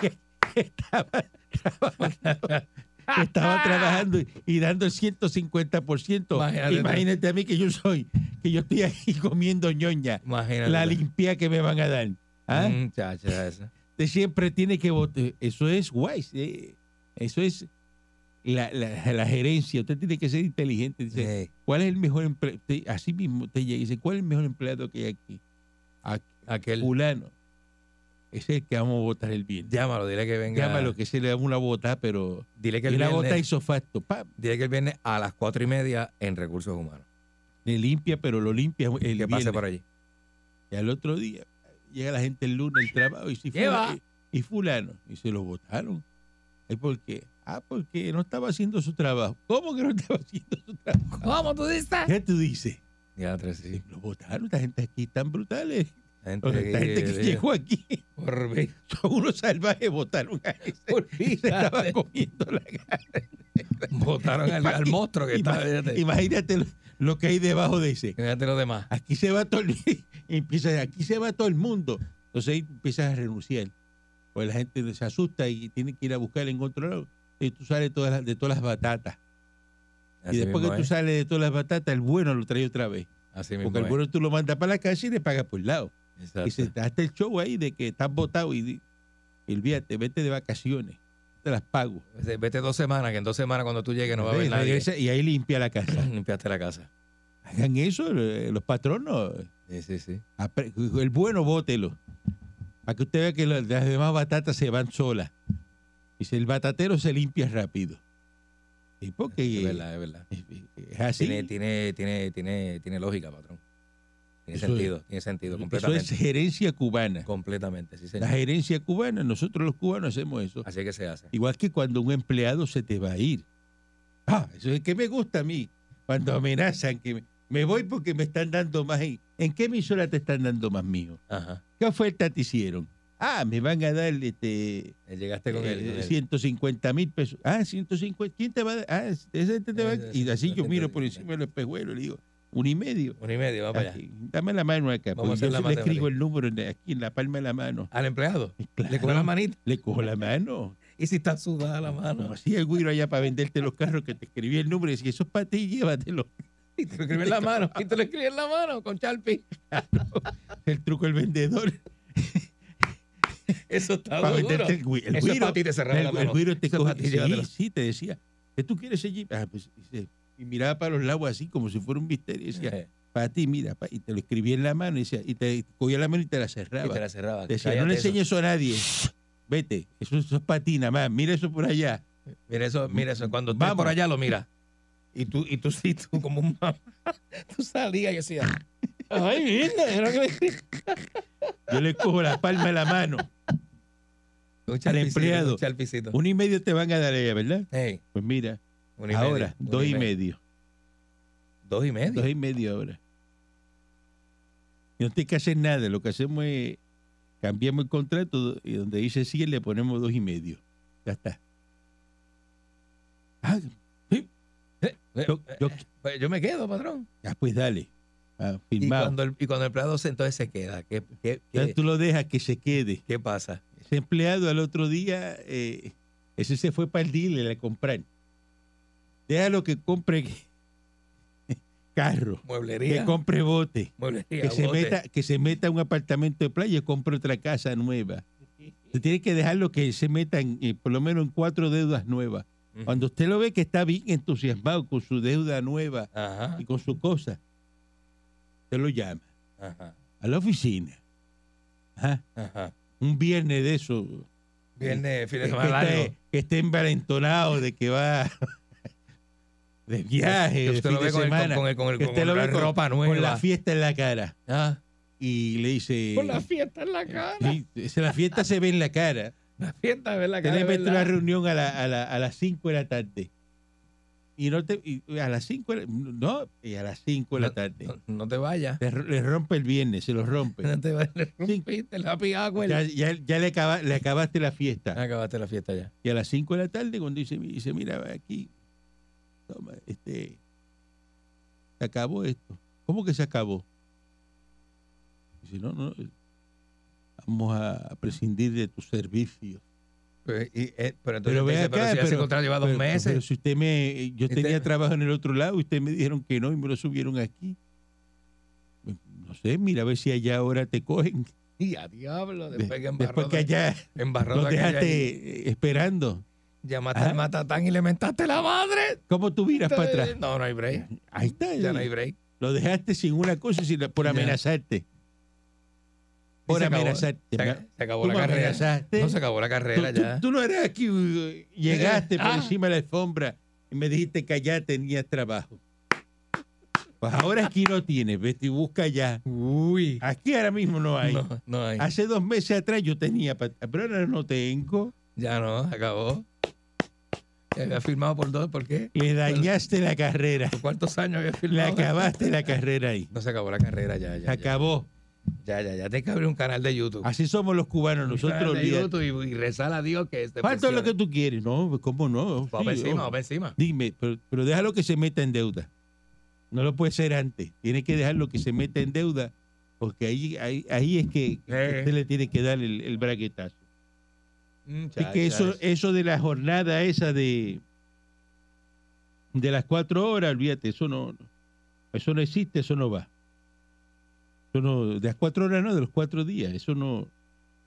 [SPEAKER 3] que, que estaba, trabajando, que estaba trabajando y, y dando el 150%,
[SPEAKER 4] Imagínate
[SPEAKER 3] imagínate,
[SPEAKER 4] tú.
[SPEAKER 3] a mí que yo soy, que yo estoy ahí comiendo ñoña,
[SPEAKER 4] Imagínate.
[SPEAKER 3] la limpia que me van a dar. ¿ah?
[SPEAKER 4] Mm, chacha, esa.
[SPEAKER 3] Usted siempre tiene que votar. Eso es guay. eh, Eso es la, la- la gerencia. Usted tiene que ser inteligente. Dice,
[SPEAKER 4] Ey,
[SPEAKER 3] ¿Cuál es el mejor empleado? Así mismo te llega y dice, ¿cuál es el mejor empleado que hay aquí?
[SPEAKER 4] aquel.
[SPEAKER 3] Fulano. Es el que vamos a votar el bien.
[SPEAKER 4] Llámalo, dile que venga.
[SPEAKER 3] Llámalo que se le da una bota, pero
[SPEAKER 4] Dile que,
[SPEAKER 3] que
[SPEAKER 4] el
[SPEAKER 3] la bota
[SPEAKER 4] viernes,
[SPEAKER 3] hizo facto. pam,
[SPEAKER 4] dile que el viernes a las cuatro y media en Recursos Humanos.
[SPEAKER 3] le limpia, pero lo limpia el
[SPEAKER 4] que
[SPEAKER 3] viernes.
[SPEAKER 4] pase por allí.
[SPEAKER 3] Y al otro día llega la gente el lunes, el trabajo, y si
[SPEAKER 4] Lleva.
[SPEAKER 3] fulano, y, y fulano. Y se lo votaron. ¿Y por qué? Ah, porque no estaba haciendo su trabajo. ¿Cómo que no estaba
[SPEAKER 4] <laughs>
[SPEAKER 3] haciendo su trabajo?
[SPEAKER 4] ¿Cómo tú dices?
[SPEAKER 3] ¿Qué tú dices?
[SPEAKER 4] Ya, tres, sí.
[SPEAKER 3] Lo votaron, esta gente aquí tan brutales.
[SPEAKER 4] La gente,
[SPEAKER 3] O sea, esta gente que llegó aquí.
[SPEAKER 4] Por mí.
[SPEAKER 3] Son unos salvajes votaron a
[SPEAKER 4] <laughs>
[SPEAKER 3] ese. Y se estaba comiendo la gana.
[SPEAKER 4] Votaron al, al monstruo que estaba.
[SPEAKER 3] Ima-
[SPEAKER 4] Fíjate,
[SPEAKER 3] Imagínate lo, lo que hay debajo de ese.
[SPEAKER 4] Fíjate los demás.
[SPEAKER 3] Aquí se va todo el, <laughs> empieza, aquí se va todo el mundo. Entonces ahí empiezas a renunciar. Pues la gente se asusta y tiene que ir a buscar en otro lado. Y tú sales todas las- de todas las batatas.
[SPEAKER 4] Así
[SPEAKER 3] y después
[SPEAKER 4] mismo
[SPEAKER 3] que tú
[SPEAKER 4] es.
[SPEAKER 3] sales de todas las batatas, el bueno lo trae otra vez.
[SPEAKER 4] Así mismo
[SPEAKER 3] Porque el
[SPEAKER 4] es.
[SPEAKER 3] bueno tú lo mandas para la calle y le pagas por el lado.
[SPEAKER 4] Exacto.
[SPEAKER 3] Y se te hace el show ahí de que estás votado y, di- y olvídate, vete de vacaciones. Te las pago.
[SPEAKER 4] Vete- Vete dos semanas, que en dos semanas cuando tú llegues no va a haber
[SPEAKER 3] Entonces,
[SPEAKER 4] nadie.
[SPEAKER 3] regresa y ahí limpia la casa.
[SPEAKER 4] <laughs> Limpiaste la casa.
[SPEAKER 3] Hagan eso eh, los patronos.
[SPEAKER 4] Sí, sí, sí.
[SPEAKER 3] Apre- El bueno, bótelo. Para que usted vea que lo- las demás batatas se van solas. Dice, el batatero se limpia rápido. Y porque
[SPEAKER 4] Es verdad, es verdad.
[SPEAKER 3] eh, eh, es así.
[SPEAKER 4] Tiene, tiene, tiene, tiene, tiene lógica, patrón. Tiene
[SPEAKER 3] Eso es-
[SPEAKER 4] sentido, tiene sentido,
[SPEAKER 3] Eso
[SPEAKER 4] completamente.
[SPEAKER 3] es gerencia cubana.
[SPEAKER 4] Completamente, sí,
[SPEAKER 3] La
[SPEAKER 4] señor.
[SPEAKER 3] gerencia cubana, nosotros los cubanos hacemos eso.
[SPEAKER 4] Así que se hace.
[SPEAKER 3] Igual que cuando un empleado se te va a ir. Ah, eso es que me gusta a mí. Cuando amenazan que me, me voy porque me están dando más. ahí. ¿En qué emisora te están dando más mío?
[SPEAKER 4] Ajá.
[SPEAKER 3] ¿Qué oferta te hicieron? Ah, me van a dar este,
[SPEAKER 4] Eh, Llegaste con él. con él.
[SPEAKER 3] 150 mil pesos. Ah, 150. ¿Quién te va a dar? Ah, ese te va a-
[SPEAKER 4] Eh,
[SPEAKER 3] Y así yo miro por
[SPEAKER 4] 150.
[SPEAKER 3] encima del espejuelo y le digo, un y medio.
[SPEAKER 4] Un y medio, va para allá.
[SPEAKER 3] Aquí, Dame la mano acá.
[SPEAKER 4] pues Vamos a
[SPEAKER 3] porque
[SPEAKER 4] hacer
[SPEAKER 3] yo
[SPEAKER 4] la
[SPEAKER 3] se le
[SPEAKER 4] matemática.
[SPEAKER 3] escribo el número en- aquí en la palma de la mano.
[SPEAKER 4] Al empleado. Le
[SPEAKER 3] Claro,
[SPEAKER 4] coge la manita.
[SPEAKER 3] le cojo la mano.
[SPEAKER 4] Y si está sudada la
[SPEAKER 3] Como
[SPEAKER 4] mano.
[SPEAKER 3] hacía el güiro allá para venderte los carros que te escribí el número y decía, eso es para ti, llévatelo.
[SPEAKER 4] Y te lo escribe en la mano. Y te lo escribe en la mano con Charpi.
[SPEAKER 3] <laughs> El truco el vendedor.
[SPEAKER 4] Eso está
[SPEAKER 3] para
[SPEAKER 4] duro.
[SPEAKER 3] venderte el, güi- el
[SPEAKER 4] Eso es
[SPEAKER 3] güiro.
[SPEAKER 4] pa' ti, te cerraba la
[SPEAKER 3] el, el
[SPEAKER 4] mano.
[SPEAKER 3] güiro te
[SPEAKER 4] Eso es
[SPEAKER 3] coge-
[SPEAKER 4] pa' ti,
[SPEAKER 3] sí,
[SPEAKER 4] llévatelo.
[SPEAKER 3] sí, te decía, que tú quieres ese jeep. Ah, pues, dice, y miraba para los lados así como si fuera un misterio. Y decía,
[SPEAKER 4] Eh,
[SPEAKER 3] para ti, mira, pa", y te lo escribí en la mano y, decía, y te cogía la mano y te la cerraba.
[SPEAKER 4] Y te la cerraba.
[SPEAKER 3] decía, no
[SPEAKER 4] Cállate
[SPEAKER 3] le
[SPEAKER 4] eso.
[SPEAKER 3] enseñes eso a nadie. Vete, eso, eso es para ti nada más. Mira eso por allá.
[SPEAKER 4] Mira eso, mira eso. Cuando estés
[SPEAKER 3] Vamos.
[SPEAKER 4] por allá lo mira. Y tú, y tú sí, tú como un mamá. Tú salías y decías. <laughs> Ay, mira, mira que le escribí".
[SPEAKER 3] Yo le cojo la palma de la
[SPEAKER 4] <laughs>
[SPEAKER 3] mano.
[SPEAKER 4] Un charpicito,
[SPEAKER 3] empleado.
[SPEAKER 4] Un charpicito.
[SPEAKER 3] Un y medio te van a dar allá, ¿verdad?
[SPEAKER 4] Ey,
[SPEAKER 3] Pues mira,
[SPEAKER 4] un y
[SPEAKER 3] ahora,
[SPEAKER 4] medio, un
[SPEAKER 3] dos y medio.
[SPEAKER 4] Dos y medio.
[SPEAKER 3] Dos y media hora. Y no tienes que hacer nada. Lo que hacemos es cambiamos el contrato y donde dice 100 le ponemos dos y medio. Ya está. Ah,
[SPEAKER 4] Eh, eh,
[SPEAKER 3] yo- yo-
[SPEAKER 4] pues yo me quedo, patrón.
[SPEAKER 3] ah, pues dale. Ah,
[SPEAKER 4] Y
[SPEAKER 3] firmado.
[SPEAKER 4] cuando, el, y cuando el empleado se, entonces se queda. ¿Qué, qué,
[SPEAKER 3] Ya
[SPEAKER 4] qué,
[SPEAKER 3] tú lo dejas que se quede.
[SPEAKER 4] qué pasa?
[SPEAKER 3] Ese empleado al otro día, eh, ese se fue para el dealer a comprar. Déjalo que compre <laughs> carro, que
[SPEAKER 4] Mueblería.
[SPEAKER 3] compre bote.
[SPEAKER 4] mueblería,
[SPEAKER 3] que se
[SPEAKER 4] bote.
[SPEAKER 3] meta que se meta a un apartamento de playa y compre otra casa nueva. Usted tiene que dejarlo que se meta en, eh, por lo menos en cuatro deudas nuevas.
[SPEAKER 4] Ujú.
[SPEAKER 3] Cuando usted lo ve que está bien entusiasmado con su deuda nueva
[SPEAKER 4] Ajá,
[SPEAKER 3] y con su cosa, usted lo llama
[SPEAKER 4] ajá,
[SPEAKER 3] a la oficina. Ajá.
[SPEAKER 4] ajá.
[SPEAKER 3] Un viernes de eso.
[SPEAKER 4] Viernes, fin de
[SPEAKER 3] Que, este
[SPEAKER 4] semana largo.
[SPEAKER 3] esté, que esté envalentonado de que va <laughs> de viaje,
[SPEAKER 4] Que
[SPEAKER 3] de
[SPEAKER 4] usted
[SPEAKER 3] fin
[SPEAKER 4] lo ve
[SPEAKER 3] de
[SPEAKER 4] con el,
[SPEAKER 3] semana,
[SPEAKER 4] con el, con el,
[SPEAKER 3] que
[SPEAKER 4] con
[SPEAKER 3] usted lo
[SPEAKER 4] la
[SPEAKER 3] ve con-
[SPEAKER 4] ropa nueva.
[SPEAKER 3] con la fiesta en la cara.
[SPEAKER 4] Ah,
[SPEAKER 3] Y le dice...
[SPEAKER 4] con la fiesta en la cara.
[SPEAKER 3] Sí, se- la fiesta se ve en la cara.
[SPEAKER 4] La fiesta en la
[SPEAKER 3] Usted
[SPEAKER 4] cara.
[SPEAKER 3] le mete
[SPEAKER 4] ¿verdad?
[SPEAKER 3] una reunión a, la- a la- a las 5 de la tarde. Y no te, y a las 5 no, y a las 5 de la
[SPEAKER 4] No,
[SPEAKER 3] tarde.
[SPEAKER 4] No, no te vayas.
[SPEAKER 3] Le, ro- le rompe el viernes, se lo rompe.
[SPEAKER 4] <laughs> No te vayas. Le rompiste la piagua.
[SPEAKER 3] Ya, ya- ya le, acaba- le acabaste la fiesta.
[SPEAKER 4] Acabaste la fiesta ya.
[SPEAKER 3] Y a las 5 de la tarde, cuando dice, dice mira, ve aquí, toma, este, se acabó esto. ¿Cómo que se acabó? Dice, no, no, vamos a prescindir de tus servicios.
[SPEAKER 4] Pero, y, eh, pero
[SPEAKER 3] Pues, Pero
[SPEAKER 4] entonces te
[SPEAKER 3] ve
[SPEAKER 4] dice, pero
[SPEAKER 3] acá,
[SPEAKER 4] si ese
[SPEAKER 3] pero-
[SPEAKER 4] contrato lleva dos
[SPEAKER 3] Pero-
[SPEAKER 4] meses.
[SPEAKER 3] Pero si usted me, eh, yo
[SPEAKER 4] Este-
[SPEAKER 3] tenía trabajo en el otro lado y ustedes me dijeron que no y me lo subieron aquí. Pues, No sé, mira a ver si allá ahora te
[SPEAKER 4] <laughs>
[SPEAKER 3] cogen.
[SPEAKER 4] y a diablo,
[SPEAKER 3] De-
[SPEAKER 4] después que embarró.
[SPEAKER 3] después que allá
[SPEAKER 4] embarró
[SPEAKER 3] los
[SPEAKER 4] aquella
[SPEAKER 3] dejaste
[SPEAKER 4] allí,
[SPEAKER 3] eh, esperando.
[SPEAKER 4] Llamaste
[SPEAKER 3] Ajá.
[SPEAKER 4] al matatán y le mentaste la madre.
[SPEAKER 3] ¿Cómo tú miras para atrás?
[SPEAKER 4] No, no hay break.
[SPEAKER 3] Ahí está.
[SPEAKER 4] Ya no
[SPEAKER 3] eh,
[SPEAKER 4] hay break.
[SPEAKER 3] Lo dejaste sin una cosa y sin la- por
[SPEAKER 4] Ya.
[SPEAKER 3] amenazarte.
[SPEAKER 4] Y
[SPEAKER 3] Por
[SPEAKER 4] se acabó. ¿eh?
[SPEAKER 3] amenazarte.
[SPEAKER 4] Se,
[SPEAKER 3] Me-
[SPEAKER 4] ac- se acabó
[SPEAKER 3] Tú
[SPEAKER 4] la
[SPEAKER 3] me
[SPEAKER 4] carrera.
[SPEAKER 3] amenazaste.
[SPEAKER 4] No se acabó la
[SPEAKER 3] Tú,
[SPEAKER 4] carrera
[SPEAKER 3] tú-
[SPEAKER 4] ya.
[SPEAKER 3] tú no eras aquí. eh, Llegaste por
[SPEAKER 4] Ah.
[SPEAKER 3] encima de la alfombra y me dijiste que allá tenías trabajo. Pues ahora aquí no tienes, vete y busca allá.
[SPEAKER 4] Uy.
[SPEAKER 3] Aquí ahora mismo no hay.
[SPEAKER 4] No, no hay.
[SPEAKER 3] Hace dos meses atrás yo tenía, pa- pero ahora no tengo.
[SPEAKER 4] Ya no, acabó. Se había firmado por dos, ¿por qué?
[SPEAKER 3] Le dañaste la carrera.
[SPEAKER 4] ¿Por cuántos años había
[SPEAKER 3] Le
[SPEAKER 4] firmado?
[SPEAKER 3] acabaste la carrera ahí.
[SPEAKER 4] No se acabó la carrera <laughs> ya,
[SPEAKER 3] Se
[SPEAKER 4] ya. Ya,
[SPEAKER 3] acabó.
[SPEAKER 4] ya, ya. ya. Tienes que abrir un canal de YouTube.
[SPEAKER 3] Así somos los cubanos.
[SPEAKER 4] Un canal
[SPEAKER 3] Nosotros
[SPEAKER 4] de
[SPEAKER 3] olvidamos.
[SPEAKER 4] YouTube y, y rezar a Dios que este.
[SPEAKER 3] ¿Cuánto es lo que
[SPEAKER 4] funcione.
[SPEAKER 3] tú quieres? No, pues, ¿cómo no?
[SPEAKER 4] Vamos
[SPEAKER 3] Sí,
[SPEAKER 4] para encima,
[SPEAKER 3] oh.
[SPEAKER 4] vamos para encima.
[SPEAKER 3] Dime, pero, pero déjalo que se meta en deuda. No lo puede ser antes. Tiene que dejarlo que se meta en deuda, porque ahí, ahí, ahí es que
[SPEAKER 4] Eh.
[SPEAKER 3] usted le tiene que dar el, el braquetazo.
[SPEAKER 4] Mm,
[SPEAKER 3] Así
[SPEAKER 4] cha,
[SPEAKER 3] que
[SPEAKER 4] cha,
[SPEAKER 3] eso,
[SPEAKER 4] cha.
[SPEAKER 3] eso de la jornada esa de, de las cuatro horas, olvídate, eso no, eso no existe, eso no va. Eso no, de las cuatro horas no, de los cuatro días, eso no,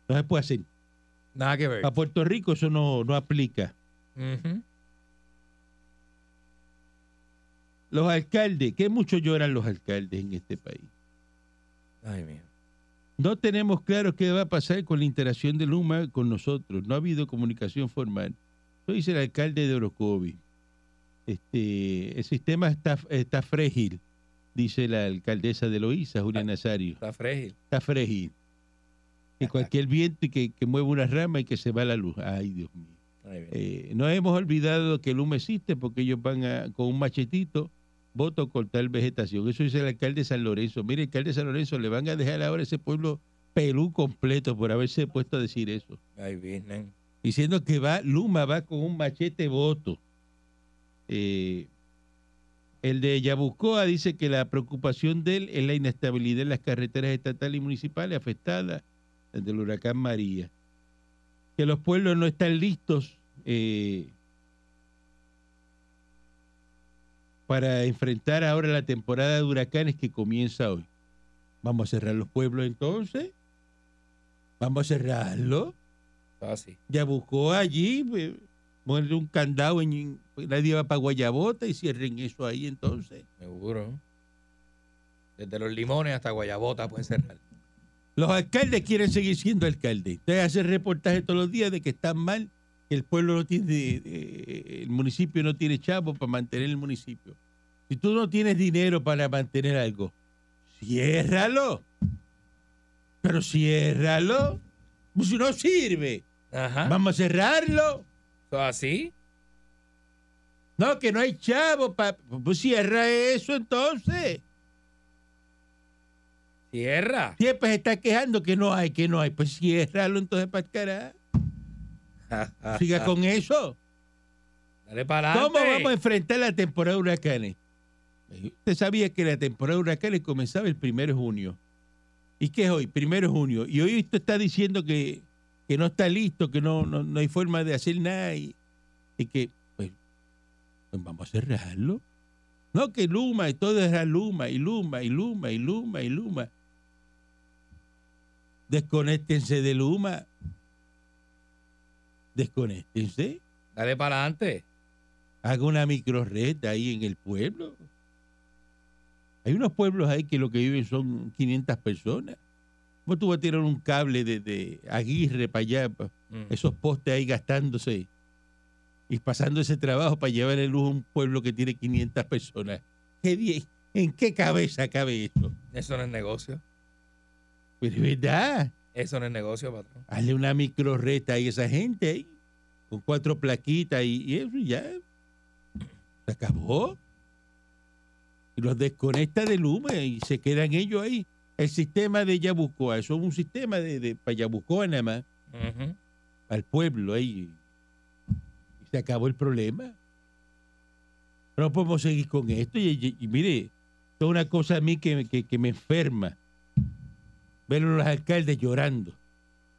[SPEAKER 3] no se puede hacer.
[SPEAKER 4] Nada que ver.
[SPEAKER 3] Para Puerto Rico eso no, no aplica.
[SPEAKER 4] Ujú.
[SPEAKER 3] Los alcaldes, que mucho lloran los alcaldes en este país.
[SPEAKER 4] Ay, mío.
[SPEAKER 3] No tenemos claro qué va a pasar con la interacción de Luma con nosotros. No ha habido comunicación formal. Lo dice el alcalde de Orocovi. Este, el sistema está, está frágil. dice la alcaldesa de Loíza, Julia Nazario.
[SPEAKER 4] Está frágil.
[SPEAKER 3] Está frágil. Que cualquier viento y que, que mueva una rama y que se va la luz. Ay, Dios mío.
[SPEAKER 4] Ahí viene.
[SPEAKER 3] Eh, no hemos olvidado que el humo existe porque ellos van a- con un machetito, voto a cortar vegetación. Eso dice el alcalde de San Lorenzo. Mire, alcalde de San Lorenzo, le van a dejar ahora ese pueblo Perú completo por haberse puesto a decir eso.
[SPEAKER 4] Ahí vienen.
[SPEAKER 3] Diciendo que va, Luma va con un machete voto. Eh, el de Yabucoa dice que la preocupación de él es la inestabilidad en las carreteras estatales y municipales afectadas desde el huracán María. Que los pueblos no están listos eh, para enfrentar ahora la temporada de huracanes que comienza hoy. Vamos a cerrar los pueblos entonces. Vamos a cerrarlos
[SPEAKER 4] Está así.
[SPEAKER 3] ya buscó allí, pues, muerde un candado, en, nadie va para Guayabota y cierren eso ahí entonces.
[SPEAKER 4] Seguro. Desde los limones hasta Guayabota pueden cerrar.
[SPEAKER 3] Los alcaldes quieren seguir siendo alcaldes. Ustedes hacen reportajes todos los días de que están mal, que el pueblo no tiene, eh, el municipio no tiene chavo para mantener el municipio. Si tú no tienes dinero para mantener algo, ciérralo. Pero ciérralo. Pues Si no sirve,
[SPEAKER 4] Ajá.
[SPEAKER 3] vamos a cerrarlo.
[SPEAKER 4] Eso así.
[SPEAKER 3] No, que no hay chavo. Pa... Pues cierra eso entonces. <laughs>
[SPEAKER 4] Tierra.
[SPEAKER 3] Siempre se pues, está quejando que no hay, que no hay. Pues ciérralo entonces para carajo. Siga con eso.
[SPEAKER 4] Dale para
[SPEAKER 3] ¿Cómo
[SPEAKER 4] adelante.
[SPEAKER 3] vamos a em- enfrentar la temporada de huracanes? Usted sabía que la temporada de huracanes comenzaba el 1 de junio. ¿Y qué es hoy? 1 de junio. Y hoy usted está diciendo que, que no está listo, que no, no, no hay forma de hacer nada y, y que pues, pues vamos a cerrarlo. No, que Luma y todo era Luma y Luma y Luma y Luma y Luma. Desconéctense de Luma. Desconéctense
[SPEAKER 4] Dale para adelante.
[SPEAKER 3] haga una microred ahí en el pueblo. Hay unos pueblos ahí que lo que viven son 500 personas. ¿Cómo tú vas a tirar un cable de, de Aguirre para allá, pa-
[SPEAKER 4] Mm.
[SPEAKER 3] esos postes ahí gastándose y pasando ese trabajo para llevar el luz a un pueblo que tiene 500 personas? ¿Qué die- ¿En qué cabeza cabe eso?
[SPEAKER 4] Eso no es negocio.
[SPEAKER 3] Pero es verdad,
[SPEAKER 4] Eso no es negocio, patrón.
[SPEAKER 3] hazle una microred ahí a esa gente ahí, con cuatro plaquitas y, y eso y ya. Se acabó. Y los desconecta de Luma y se quedan ellos ahí. El sistema de Yabucoa, eso es un sistema de, de para Yabucoa nada más,
[SPEAKER 4] Ujú.
[SPEAKER 3] al pueblo ahí. Y se acabó el problema. No podemos seguir con esto. Y, y- y mire, esto es una cosa a mí que, que- que me enferma. Ver a los alcaldes llorando.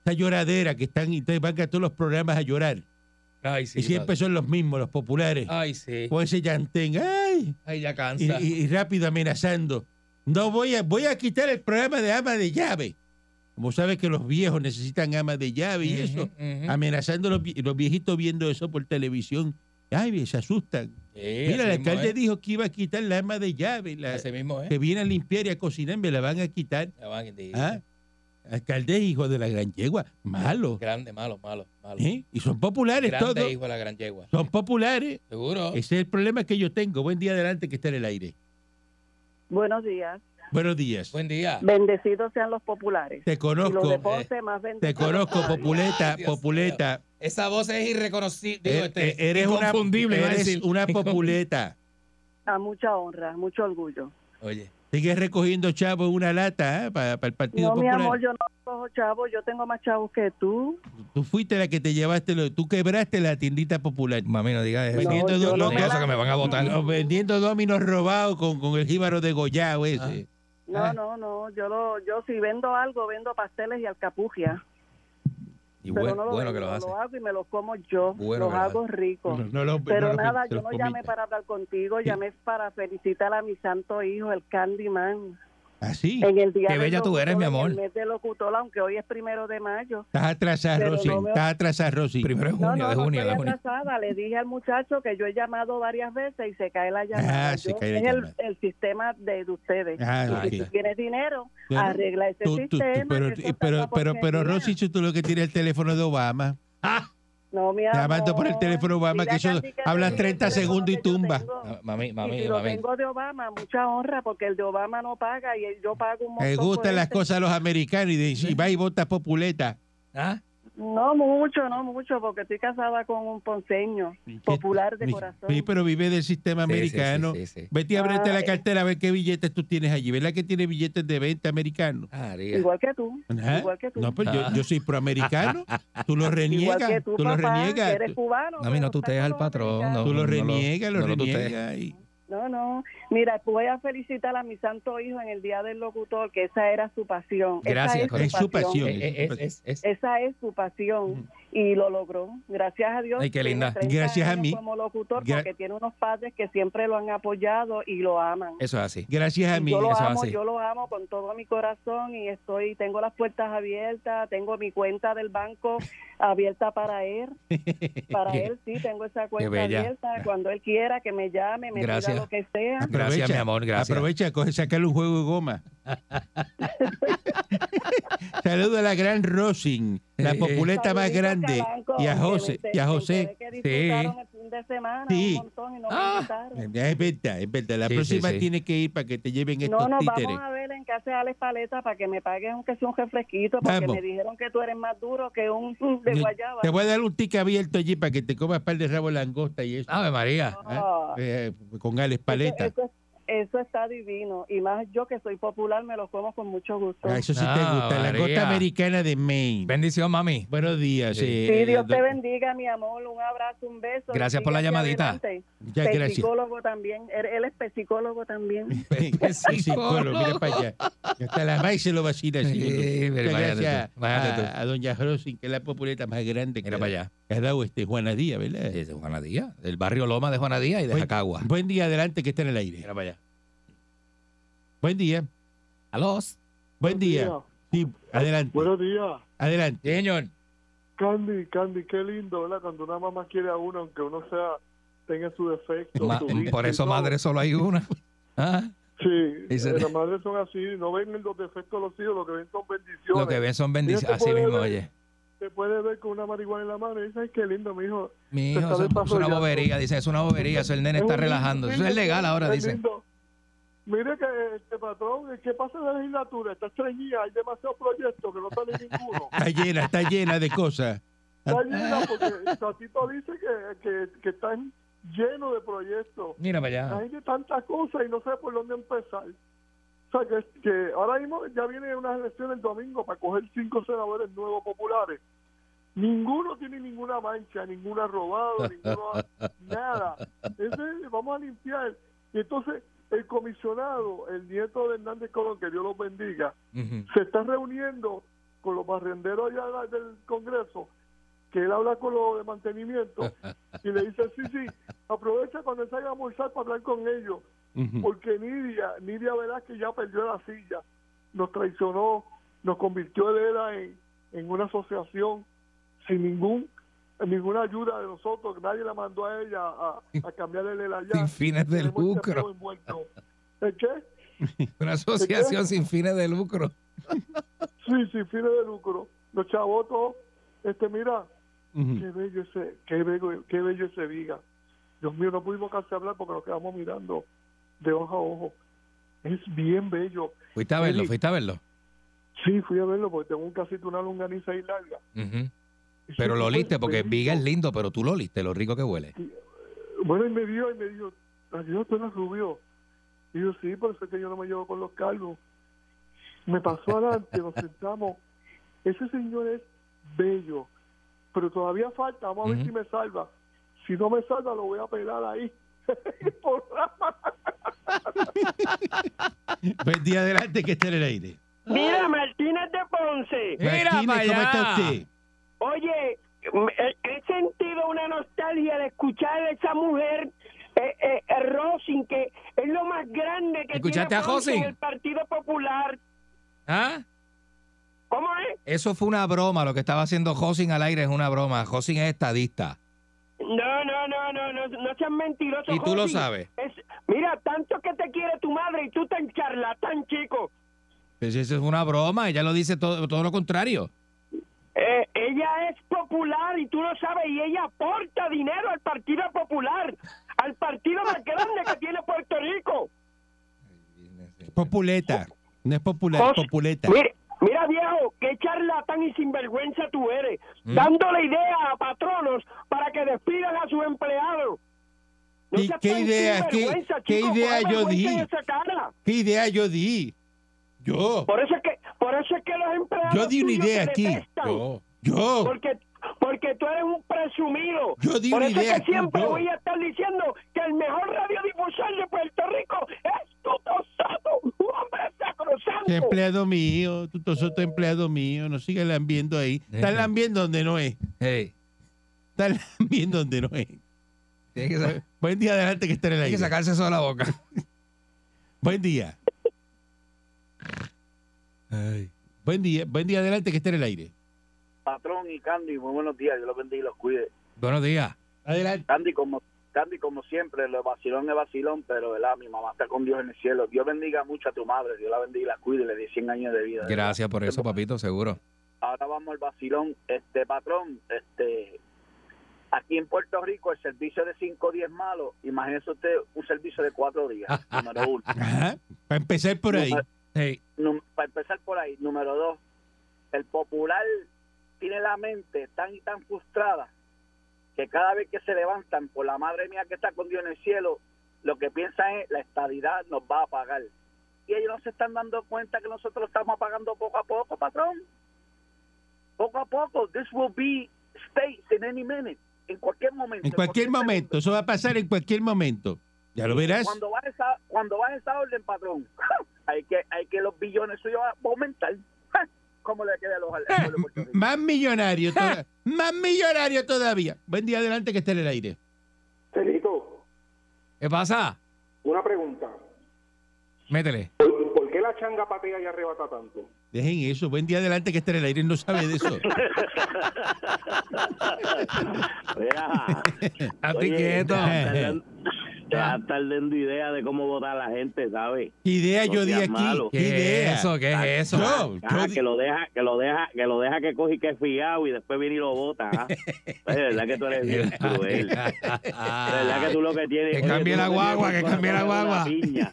[SPEAKER 3] Esa lloradera que están, y van a todos los programas a llorar.
[SPEAKER 4] Ay, sí.
[SPEAKER 3] y siempre son los mismos, los populares.
[SPEAKER 4] patrón. Ay, sí.
[SPEAKER 3] Con ese llantén. ¡Ay!
[SPEAKER 4] Ay, ya
[SPEAKER 3] y,
[SPEAKER 4] cansa.
[SPEAKER 3] y- y rápido amenazando. No voy a, voy a quitar el programa de ama de llave. Como sabes que los viejos necesitan ama de llave y
[SPEAKER 4] Ujú,
[SPEAKER 3] eso.
[SPEAKER 4] ujú.
[SPEAKER 3] Amenazando a los, vie- los viejitos viendo eso por televisión. Ay, se asustan.
[SPEAKER 4] Sí,
[SPEAKER 3] Mira, el
[SPEAKER 4] así mismo
[SPEAKER 3] alcalde
[SPEAKER 4] es.
[SPEAKER 3] dijo que iba a quitar la ama de llave. La,
[SPEAKER 4] Así mismo es.
[SPEAKER 3] que viene a limpiar y a cocinar, me la van a quitar.
[SPEAKER 4] La van a quitar.
[SPEAKER 3] ¿Ah? Alcalde, hijo de la gran yegua. Malo.
[SPEAKER 4] Grande, malo, malo, malo.
[SPEAKER 3] ¿eh? Y son populares
[SPEAKER 4] Grande
[SPEAKER 3] todos.
[SPEAKER 4] hijo Oh. de la gran yegua.
[SPEAKER 3] Son populares.
[SPEAKER 4] Seguro.
[SPEAKER 3] Ese es el problema que yo tengo. Buen día adelante que está en el aire.
[SPEAKER 6] Buenos días.
[SPEAKER 3] Buenos días.
[SPEAKER 4] Buen día.
[SPEAKER 6] Bendecidos sean los populares.
[SPEAKER 3] Te
[SPEAKER 6] Y los
[SPEAKER 3] conozco.
[SPEAKER 6] deportes más
[SPEAKER 3] Te
[SPEAKER 6] bendecidos.
[SPEAKER 3] conozco, populeta,
[SPEAKER 4] Ay, Dios este,
[SPEAKER 3] populeta.
[SPEAKER 4] Esa voz es irreconocible.
[SPEAKER 3] Eh, eh, eres una, eres una populeta.
[SPEAKER 6] A mucha honra, mucho orgullo.
[SPEAKER 4] Oye,
[SPEAKER 3] Sigues recogiendo chavos en una lata para el Partido
[SPEAKER 6] No, mi
[SPEAKER 3] Popular.
[SPEAKER 6] amor, yo no cojo chavos, yo tengo más chavos que tú.
[SPEAKER 3] Tú fuiste la que te llevaste, lo- tú quebraste la tiendita popular.
[SPEAKER 4] mami, no digas eso.
[SPEAKER 3] Vendiendo
[SPEAKER 6] yo
[SPEAKER 3] dos-
[SPEAKER 4] Pues No
[SPEAKER 3] los-
[SPEAKER 4] digas eso que me van a votar.
[SPEAKER 3] los- vendiendo dominos robados con, con el jíbaro de Goyao ese.
[SPEAKER 6] No,
[SPEAKER 4] Eh.
[SPEAKER 6] no, no, yo lo, yo si vendo algo, vendo pasteles y alcapugia.
[SPEAKER 4] Y
[SPEAKER 6] Pero
[SPEAKER 4] bueno,
[SPEAKER 6] no lo,
[SPEAKER 4] bueno
[SPEAKER 6] vendo,
[SPEAKER 4] que lo hace.
[SPEAKER 6] lo hago y me los como yo,
[SPEAKER 4] Bueno
[SPEAKER 6] los
[SPEAKER 4] que lo
[SPEAKER 6] hago ricos.
[SPEAKER 3] No, no los-
[SPEAKER 6] Pero
[SPEAKER 3] no los-
[SPEAKER 6] nada,
[SPEAKER 3] se
[SPEAKER 6] yo
[SPEAKER 3] los
[SPEAKER 6] no llamé
[SPEAKER 3] comiste.
[SPEAKER 6] para hablar contigo,
[SPEAKER 3] Sí.
[SPEAKER 6] llamé para felicitar a mi santo hijo, el Candyman.
[SPEAKER 3] Ah, sí.
[SPEAKER 6] En el día
[SPEAKER 4] Qué
[SPEAKER 6] del
[SPEAKER 4] bella tú eres, mi
[SPEAKER 6] locutor,
[SPEAKER 4] amor.
[SPEAKER 6] En el mes del locutor, aunque hoy es primero de mayo.
[SPEAKER 3] Estás atrasada,
[SPEAKER 6] Pero
[SPEAKER 3] Rosy.
[SPEAKER 6] no veo-
[SPEAKER 3] Estás atrasada, Rosy.
[SPEAKER 4] Primero de
[SPEAKER 6] No,
[SPEAKER 4] junio,
[SPEAKER 6] no,
[SPEAKER 4] de
[SPEAKER 6] no
[SPEAKER 4] junio,
[SPEAKER 6] estoy
[SPEAKER 4] de junio.
[SPEAKER 6] atrasada. Le dije al muchacho que yo he llamado varias veces y se cae la llamada.
[SPEAKER 3] Ah, se
[SPEAKER 6] Yo-
[SPEAKER 3] cae la
[SPEAKER 6] es el,
[SPEAKER 3] llamada.
[SPEAKER 6] el sistema de, de ustedes.
[SPEAKER 3] Ah,
[SPEAKER 4] Ahí
[SPEAKER 3] ok.
[SPEAKER 6] Si tienes dinero,
[SPEAKER 3] Bueno,
[SPEAKER 6] arregla ese
[SPEAKER 3] Tú- tú- tú-
[SPEAKER 6] sistema.
[SPEAKER 3] pero,
[SPEAKER 6] que eso
[SPEAKER 3] pero,
[SPEAKER 6] está
[SPEAKER 3] pero, pero,
[SPEAKER 6] porquería.
[SPEAKER 3] Rosy, tú lo que tienes es el teléfono de Obama.
[SPEAKER 6] No, mi amor.
[SPEAKER 3] Llamando por el teléfono Obama,
[SPEAKER 6] Dile
[SPEAKER 3] que
[SPEAKER 6] a
[SPEAKER 3] eso
[SPEAKER 6] Candy que
[SPEAKER 3] hablas
[SPEAKER 6] te-
[SPEAKER 3] 30
[SPEAKER 6] que te-
[SPEAKER 3] segundos y
[SPEAKER 6] que yo
[SPEAKER 3] tumba.
[SPEAKER 6] tengo-
[SPEAKER 4] Ah, Mami,
[SPEAKER 6] y
[SPEAKER 4] mami,
[SPEAKER 6] si lo
[SPEAKER 4] mami.
[SPEAKER 6] tengo de Obama, mucha honra, porque el de Obama no paga y el- yo pago un montón.
[SPEAKER 3] Me
[SPEAKER 6] por
[SPEAKER 3] Eh, gustan las
[SPEAKER 6] este.
[SPEAKER 3] cosas a los americanos y, de- y va y vota populeta.
[SPEAKER 4] ¿Ah?
[SPEAKER 6] No mucho, no mucho, porque estoy casada con un ponceño popular de
[SPEAKER 3] Mi-
[SPEAKER 6] corazón.
[SPEAKER 3] Sí, pero vive del sistema
[SPEAKER 4] Sí, sí,
[SPEAKER 3] americano.
[SPEAKER 4] sí, sí, sí.
[SPEAKER 3] Vete a abrirte la
[SPEAKER 6] Ay.
[SPEAKER 3] cartera a ver qué billetes tú tienes allí. ¿Verdad que tiene billetes de 20 americanos?
[SPEAKER 4] María.
[SPEAKER 6] Igual que tú,
[SPEAKER 3] Ajá.
[SPEAKER 6] igual que tú.
[SPEAKER 3] No, pues yo,
[SPEAKER 4] Ah.
[SPEAKER 3] yo soy proamericano. Tú lo
[SPEAKER 6] <laughs> Igual
[SPEAKER 3] reniegas.
[SPEAKER 6] que
[SPEAKER 3] Tú,
[SPEAKER 6] tú,
[SPEAKER 3] lo
[SPEAKER 6] papá, que
[SPEAKER 3] reniegas.
[SPEAKER 6] eres cubano.
[SPEAKER 4] Mami, no
[SPEAKER 6] pero estás
[SPEAKER 4] tutees al
[SPEAKER 6] con los
[SPEAKER 4] patrón, no.
[SPEAKER 3] Tú lo
[SPEAKER 4] lo-
[SPEAKER 3] reniegas, lo
[SPEAKER 4] no lo tutees.
[SPEAKER 3] reniegas. y-
[SPEAKER 6] No, no. Mira, tú voy a felicitar a mi santo hijo en el Día del Locutor, que esa era su pasión. Esa
[SPEAKER 4] Gracias,
[SPEAKER 6] es su
[SPEAKER 4] corazón.
[SPEAKER 3] Es su pasión.
[SPEAKER 4] Eh, eh, es- es- es-
[SPEAKER 6] Esa es su pasión y lo logró. Gracias a Dios.
[SPEAKER 4] Ay, qué
[SPEAKER 6] tiene
[SPEAKER 4] linda.
[SPEAKER 6] 30
[SPEAKER 3] Gracias a
[SPEAKER 6] años
[SPEAKER 3] mí.
[SPEAKER 6] Como locutor,
[SPEAKER 3] Gra-
[SPEAKER 6] porque tiene unos padres que siempre lo han apoyado y lo aman.
[SPEAKER 4] Eso es así.
[SPEAKER 3] Gracias a
[SPEAKER 6] Y
[SPEAKER 3] mí.
[SPEAKER 6] yo lo
[SPEAKER 4] eso es
[SPEAKER 6] amo,
[SPEAKER 4] así.
[SPEAKER 6] yo lo amo con todo mi corazón y estoy, tengo las puertas abiertas, tengo mi cuenta del banco abierta para
[SPEAKER 3] <laughs>
[SPEAKER 6] él, para él sí, tengo esa cuenta
[SPEAKER 4] bella.
[SPEAKER 6] abierta, cuando él quiera que me llame, me
[SPEAKER 4] Gracias.
[SPEAKER 6] pida lo que sea.
[SPEAKER 4] Gracias, mi amor, gracias.
[SPEAKER 3] Aprovecha, coge, sacarle un juego de
[SPEAKER 4] <laughs>
[SPEAKER 3] goma. Saludo a la gran Rosin, la
[SPEAKER 4] Eh,
[SPEAKER 3] populeta más
[SPEAKER 6] Saludito,
[SPEAKER 3] grande.
[SPEAKER 6] Calanco,
[SPEAKER 3] Y a
[SPEAKER 6] que me
[SPEAKER 3] José,
[SPEAKER 6] enter-
[SPEAKER 3] y a
[SPEAKER 6] me
[SPEAKER 3] José.
[SPEAKER 6] enteré que disfrutaron el fin de semana
[SPEAKER 3] Sí.
[SPEAKER 6] un montón y no me
[SPEAKER 4] Ah.
[SPEAKER 6] invitaron.
[SPEAKER 3] Es verdad, es verdad. La
[SPEAKER 4] Sí, sí,
[SPEAKER 3] próxima
[SPEAKER 4] sí.
[SPEAKER 3] tiene que ir para que te lleven estos
[SPEAKER 6] No, nos
[SPEAKER 3] títeres.
[SPEAKER 6] vamos a ver en casa de Alex Paleta para que me paguen aunque sea un refresquito, porque
[SPEAKER 3] Vamos.
[SPEAKER 6] me dijeron que tú eres más duro que un de
[SPEAKER 3] Yo-
[SPEAKER 6] guayaba.
[SPEAKER 3] Te voy a dar un tic abierto allí para que te comas par de rabo de langosta y eso.
[SPEAKER 4] Ave María.
[SPEAKER 6] Ah.
[SPEAKER 3] ¿eh? Eh, con Alex Paleta.
[SPEAKER 6] Eso, eso- eso está divino. Y más yo que soy popular, me lo como con mucho gusto.
[SPEAKER 3] Ah, eso sí te
[SPEAKER 4] Ah,
[SPEAKER 3] gusta. Langosta
[SPEAKER 4] María.
[SPEAKER 3] americana de Maine.
[SPEAKER 4] Bendición, mami.
[SPEAKER 3] Buenos días.
[SPEAKER 4] Sí.
[SPEAKER 6] Sí,
[SPEAKER 3] eh,
[SPEAKER 6] Dios te
[SPEAKER 3] do-
[SPEAKER 6] bendiga, mi amor. Un abrazo, un beso.
[SPEAKER 4] Gracias por la
[SPEAKER 6] Sigue hacia
[SPEAKER 4] llamadita.
[SPEAKER 6] adelante.
[SPEAKER 3] Ya, gracias. <laughs>
[SPEAKER 6] Psicólogo también. Él, él es psicólogo también.
[SPEAKER 3] Sí, psicólogo, mira para allá. Y Hasta la maíz se lo vacila. así.
[SPEAKER 4] Sí, Ah, pero
[SPEAKER 3] Muchas
[SPEAKER 4] váyate
[SPEAKER 3] gracias
[SPEAKER 4] tú, váyate
[SPEAKER 3] a, a doña Rosin, que es la populeta más grande que
[SPEAKER 4] Mira para allá.
[SPEAKER 3] que ha dado este Juana Díaz, ¿verdad?
[SPEAKER 4] Desde Juana Díaz, del barrio Loma de Juana Díaz y de
[SPEAKER 3] Buen-
[SPEAKER 4] Jacagua.
[SPEAKER 3] Buen día, adelante, que está en el aire.
[SPEAKER 4] Mira para allá.
[SPEAKER 3] Buen día,
[SPEAKER 4] A los.
[SPEAKER 3] buen día. Sí, adelante,
[SPEAKER 7] Buenos días.
[SPEAKER 3] adelante.
[SPEAKER 4] Señor.
[SPEAKER 7] Candy, Candy, qué lindo, ¿verdad? Cuando una mamá quiere a uno, aunque uno sea tenga su defecto.
[SPEAKER 4] Ma-
[SPEAKER 7] su vicio
[SPEAKER 4] Ah, por
[SPEAKER 7] y
[SPEAKER 4] eso
[SPEAKER 7] todo.
[SPEAKER 4] madre solo hay una. <laughs> Ah,
[SPEAKER 7] Sí,
[SPEAKER 4] Dice-
[SPEAKER 7] eh, las madres son así, no ven los defectos de los hijos, lo que ven son bendiciones.
[SPEAKER 4] Lo que ven son
[SPEAKER 7] Mira, tú
[SPEAKER 4] bendiciones. Así
[SPEAKER 7] puedes
[SPEAKER 4] mismo,
[SPEAKER 7] ver-
[SPEAKER 4] oye.
[SPEAKER 7] Se puede ver con una marihuana en la mano y dice, ay, qué lindo, mi hijo.
[SPEAKER 4] Mi hijo,
[SPEAKER 7] Te está
[SPEAKER 4] eso
[SPEAKER 7] de paso
[SPEAKER 4] es una
[SPEAKER 7] ya.
[SPEAKER 4] bobería. Dice, es una bobería. Eso el nene está relajando. Eso es legal ahora, dice.
[SPEAKER 7] Mire que este patrón, ¿qué pasa en la legislatura? Está estreñida, hay demasiados proyectos que no sale
[SPEAKER 4] <laughs>
[SPEAKER 7] ninguno.
[SPEAKER 3] Está llena, está llena de cosas.
[SPEAKER 7] Está llena porque Tatito dice que, que, que están llenos de proyectos.
[SPEAKER 4] Mira para allá.
[SPEAKER 7] Hay de tantas cosas y no sé por dónde empezar. O sea, que, que ahora mismo ya viene unas elecciones el domingo para coger cinco senadores nuevos populares. Ninguno tiene ninguna mancha, ninguna robado, ninguno ha- nada. Ese, vamos a limpiar. Y entonces el comisionado, el nieto de Hernández Colón, que Dios los bendiga,
[SPEAKER 4] Ujú.
[SPEAKER 7] se está reuniendo con los barrenderos allá de- del Congreso, que él habla con los
[SPEAKER 4] <laughs>
[SPEAKER 7] de mantenimiento, y le dice, sí, sí, aprovecha cuando salga a almorzar para hablar con ellos, porque Nidia, Nidia Velázquez ya perdió la silla, nos traicionó, nos convirtió él era en, en una asociación sin ningún ninguna ayuda de nosotros, nadie la mandó a ella a, a cambiar el ELA
[SPEAKER 4] <laughs>
[SPEAKER 7] allá.
[SPEAKER 4] Sin fines de
[SPEAKER 7] Tenemos este
[SPEAKER 4] lucro. <laughs>
[SPEAKER 7] peo envuelto. ¿El qué?
[SPEAKER 4] Una asociación sin fines de lucro.
[SPEAKER 7] Sí, sin fines de lucro. Los chavotos, este, mira, qué bello ese, qué bello, qué bello ese viga. Dios mío, no pudimos casi hablar porque nos quedamos mirando de ojo a ojo. Es bien bello.
[SPEAKER 4] Fuiste a verlo, fuiste a verlo.
[SPEAKER 7] Sí, fui a verlo porque tengo un casito, una longaniza ahí larga.
[SPEAKER 4] Ujú.
[SPEAKER 7] Y
[SPEAKER 4] Pero
[SPEAKER 7] sí,
[SPEAKER 4] lo
[SPEAKER 7] fue
[SPEAKER 4] oliste porque
[SPEAKER 7] bellísimo.
[SPEAKER 4] Viga es lindo, pero tú lo oliste, lo rico que huele.
[SPEAKER 7] Bueno, y me vio y me dijo, adiós, tú eres rubio. Y yo, sí, por eso es que yo no me llevo con los calvos.
[SPEAKER 4] <laughs>
[SPEAKER 7] Me pasó adelante, nos sentamos. Ese señor es bello, pero todavía falta. Vamos a ver
[SPEAKER 4] Ujú.
[SPEAKER 7] si me salva. Si no me salva, lo voy a pelar ahí. <laughs> Por la-
[SPEAKER 3] Buen día, adelante, que está en el aire.
[SPEAKER 8] <laughs> Mira, Martínez de Ponce.
[SPEAKER 4] Mira
[SPEAKER 3] Martínez,
[SPEAKER 4] para
[SPEAKER 3] ¿cómo está
[SPEAKER 4] allá.
[SPEAKER 3] usted?
[SPEAKER 8] Oye, he- he sentido una nostalgia de escuchar a esa mujer, eh, eh, eh, Rosin, que es lo más grande que
[SPEAKER 4] ¿Escuchaste
[SPEAKER 8] tiene
[SPEAKER 4] a
[SPEAKER 8] Ponce
[SPEAKER 4] Rosin?
[SPEAKER 8] en el Partido Popular.
[SPEAKER 4] ¿Ah?
[SPEAKER 8] ¿Cómo es?
[SPEAKER 4] Eso fue una broma, lo que estaba haciendo Josing al aire es una broma. Josing es estadista.
[SPEAKER 8] No, no, no, no, no, no seas mentiroso.
[SPEAKER 4] Y tú lo
[SPEAKER 8] Rosin.
[SPEAKER 4] sabes.
[SPEAKER 8] Es- mira, tanto que te quiere tu madre y tú tan charlatán, chico.
[SPEAKER 4] Pues eso es una broma, ella lo dice todo, todo lo contrario.
[SPEAKER 6] eh, ella es popular y tú lo sabes, y ella aporta dinero al Partido Popular, al partido más grande que tiene Puerto Rico.
[SPEAKER 3] Populeta. No es popular,
[SPEAKER 6] José,
[SPEAKER 3] populeta.
[SPEAKER 6] Mira, mira, viejo, qué charlatán y sinvergüenza tú eres,
[SPEAKER 3] Mm.
[SPEAKER 6] dándole ideas a patronos para que despidan a sus empleados.
[SPEAKER 3] ¿Y
[SPEAKER 6] seas
[SPEAKER 3] qué
[SPEAKER 6] tan
[SPEAKER 3] idea? ¿Qué-
[SPEAKER 6] sinvergüenza,
[SPEAKER 3] qué
[SPEAKER 6] chico,
[SPEAKER 3] idea
[SPEAKER 6] ¿cuál
[SPEAKER 3] yo
[SPEAKER 6] vergüenza
[SPEAKER 3] di?
[SPEAKER 6] en esa cara?
[SPEAKER 3] ¿Qué idea yo di? Yo,
[SPEAKER 6] Por eso es que, por eso es que los empleados
[SPEAKER 3] Yo di una
[SPEAKER 6] tuyos
[SPEAKER 3] idea
[SPEAKER 6] te
[SPEAKER 3] aquí.
[SPEAKER 6] detestan,
[SPEAKER 4] Yo.
[SPEAKER 3] yo,
[SPEAKER 6] Porque, porque tú eres un presumido.
[SPEAKER 3] Yo di
[SPEAKER 6] por
[SPEAKER 3] una
[SPEAKER 6] eso es
[SPEAKER 3] idea
[SPEAKER 6] que
[SPEAKER 3] aquí,
[SPEAKER 6] siempre
[SPEAKER 3] yo.
[SPEAKER 6] voy a estar diciendo que el mejor radiodifusor de Puerto Rico es Tuto Soto, un hombre
[SPEAKER 3] Este
[SPEAKER 6] sacrosanto.
[SPEAKER 3] empleado mío, Tuto Soto empleado mío, no sigas lambiendo ahí. Está
[SPEAKER 4] Ujú.
[SPEAKER 3] lambiendo donde no es.
[SPEAKER 4] Hey,
[SPEAKER 3] Está lambiendo donde no es.
[SPEAKER 4] tiene que, sa-
[SPEAKER 3] Buen día, adelante que está en el
[SPEAKER 4] tiene que
[SPEAKER 3] aire.
[SPEAKER 4] sacarse eso de la boca.
[SPEAKER 3] Buen día. Buen día, buen día, adelante que está en el aire.
[SPEAKER 7] Patrón y Candy, muy buenos días, Dios los bendiga y los cuide.
[SPEAKER 4] Buenos días.
[SPEAKER 3] Adelante.
[SPEAKER 7] Candy, como Candy, como siempre, lo vacilón es vacilón, pero ¿verdad? mi mamá está con Dios en el cielo. Dios bendiga mucho a tu madre, Dios la bendiga y la cuide, le dé 100 años de vida.
[SPEAKER 4] Gracias por eso, papito, seguro.
[SPEAKER 7] Ahora vamos al vacilón. Este patrón, este aquí en Puerto Rico el servicio de 5 días malo, imagínese usted un servicio de 4 días, número uno.
[SPEAKER 3] Ajá. Para empezar por ahí.
[SPEAKER 4] Hey,
[SPEAKER 7] Num- para empezar por ahí, número dos, el popular tiene la mente tan y tan frustrada que cada vez que se levantan por la madre mía que está con Dios en el cielo, lo que piensan es la estadidad nos va a pagar. Y ellos no se están dando cuenta que nosotros lo estamos pagando poco a poco, patrón. Poco a poco, this will be states in any minute, en cualquier momento.
[SPEAKER 3] En cualquier
[SPEAKER 7] segundo.
[SPEAKER 3] momento, eso va a pasar en cualquier momento. Ya lo verás.
[SPEAKER 7] Cuando va esa, cuando va esa orden, patrón, <laughs> hay que, hay que los billones suyos van a aumentar. <laughs> ¿Cómo le queda a
[SPEAKER 4] Eh.
[SPEAKER 7] los al al pueblo de Puerto
[SPEAKER 4] <laughs>
[SPEAKER 7] Rico?
[SPEAKER 3] Más millonario, toda- más millonario todavía. Buen día, adelante que está en el aire.
[SPEAKER 9] Celito,
[SPEAKER 4] ¿qué pasa?
[SPEAKER 9] una pregunta.
[SPEAKER 4] Métele.
[SPEAKER 9] ¿Por, por qué la changa patea y arrebata tanto?
[SPEAKER 3] Dejen eso. Buen día, adelante que está en el aire. No sabe de
[SPEAKER 7] <laughs>
[SPEAKER 3] eso.
[SPEAKER 7] Mira,
[SPEAKER 4] Hazte
[SPEAKER 7] oye,
[SPEAKER 4] quieto.
[SPEAKER 7] te estás dando- te estás dando idea de cómo votar a la gente, ¿sabes?
[SPEAKER 3] ¿Qué idea
[SPEAKER 7] No
[SPEAKER 3] yo di
[SPEAKER 7] seas
[SPEAKER 3] aquí?
[SPEAKER 7] malo.
[SPEAKER 3] ¿Qué
[SPEAKER 4] ¿Qué
[SPEAKER 3] idea?
[SPEAKER 4] es eso? ¿Qué es eso?
[SPEAKER 3] Yo, yo
[SPEAKER 7] Ah,
[SPEAKER 3] di-
[SPEAKER 7] que lo deja, que lo deja, que lo deja que coge y que es fiado y después viene y lo bota.
[SPEAKER 4] <laughs>
[SPEAKER 7] ¿ah? Pues, de verdad que tú eres bien cruel. De verdad que tú lo que tienes.
[SPEAKER 4] Que
[SPEAKER 7] oye,
[SPEAKER 4] cambie
[SPEAKER 7] tú
[SPEAKER 4] la
[SPEAKER 7] lo tienes
[SPEAKER 4] guagua,
[SPEAKER 7] por
[SPEAKER 4] que cambie la
[SPEAKER 7] corazón es una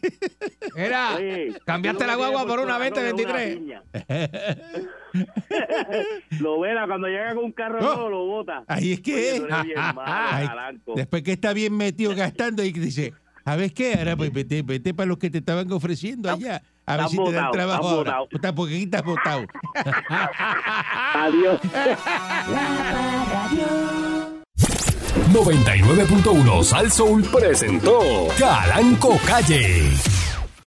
[SPEAKER 4] guagua.
[SPEAKER 7] piña.
[SPEAKER 4] Era,
[SPEAKER 7] Oye,
[SPEAKER 4] cambiaste
[SPEAKER 7] tú lo
[SPEAKER 4] la
[SPEAKER 7] que
[SPEAKER 4] guagua
[SPEAKER 7] tienes
[SPEAKER 4] por una
[SPEAKER 7] corazón es
[SPEAKER 4] 20-23.
[SPEAKER 7] piña. <laughs> Lo vela cuando llega con un carro
[SPEAKER 3] Oh.
[SPEAKER 7] nuevo, lo bota.
[SPEAKER 3] Ahí es que es.
[SPEAKER 7] Oye, tú eres
[SPEAKER 3] <laughs>
[SPEAKER 7] bien malo,
[SPEAKER 3] Ay,
[SPEAKER 7] Aranco.
[SPEAKER 3] después que está bien metido gastando y dice, ¿sabes qué? Ahora pues vete, vete para los que te estaban ofreciendo allá. A ver
[SPEAKER 7] Estás
[SPEAKER 3] si te dan
[SPEAKER 7] botado,
[SPEAKER 3] trabajo
[SPEAKER 7] estás
[SPEAKER 3] ahora.
[SPEAKER 7] botado.
[SPEAKER 3] Puta, porque aquí estás botado.
[SPEAKER 7] Adiós.
[SPEAKER 10] La Parradio.
[SPEAKER 1] 99.1 Sal Soul presentó Calanco Calle.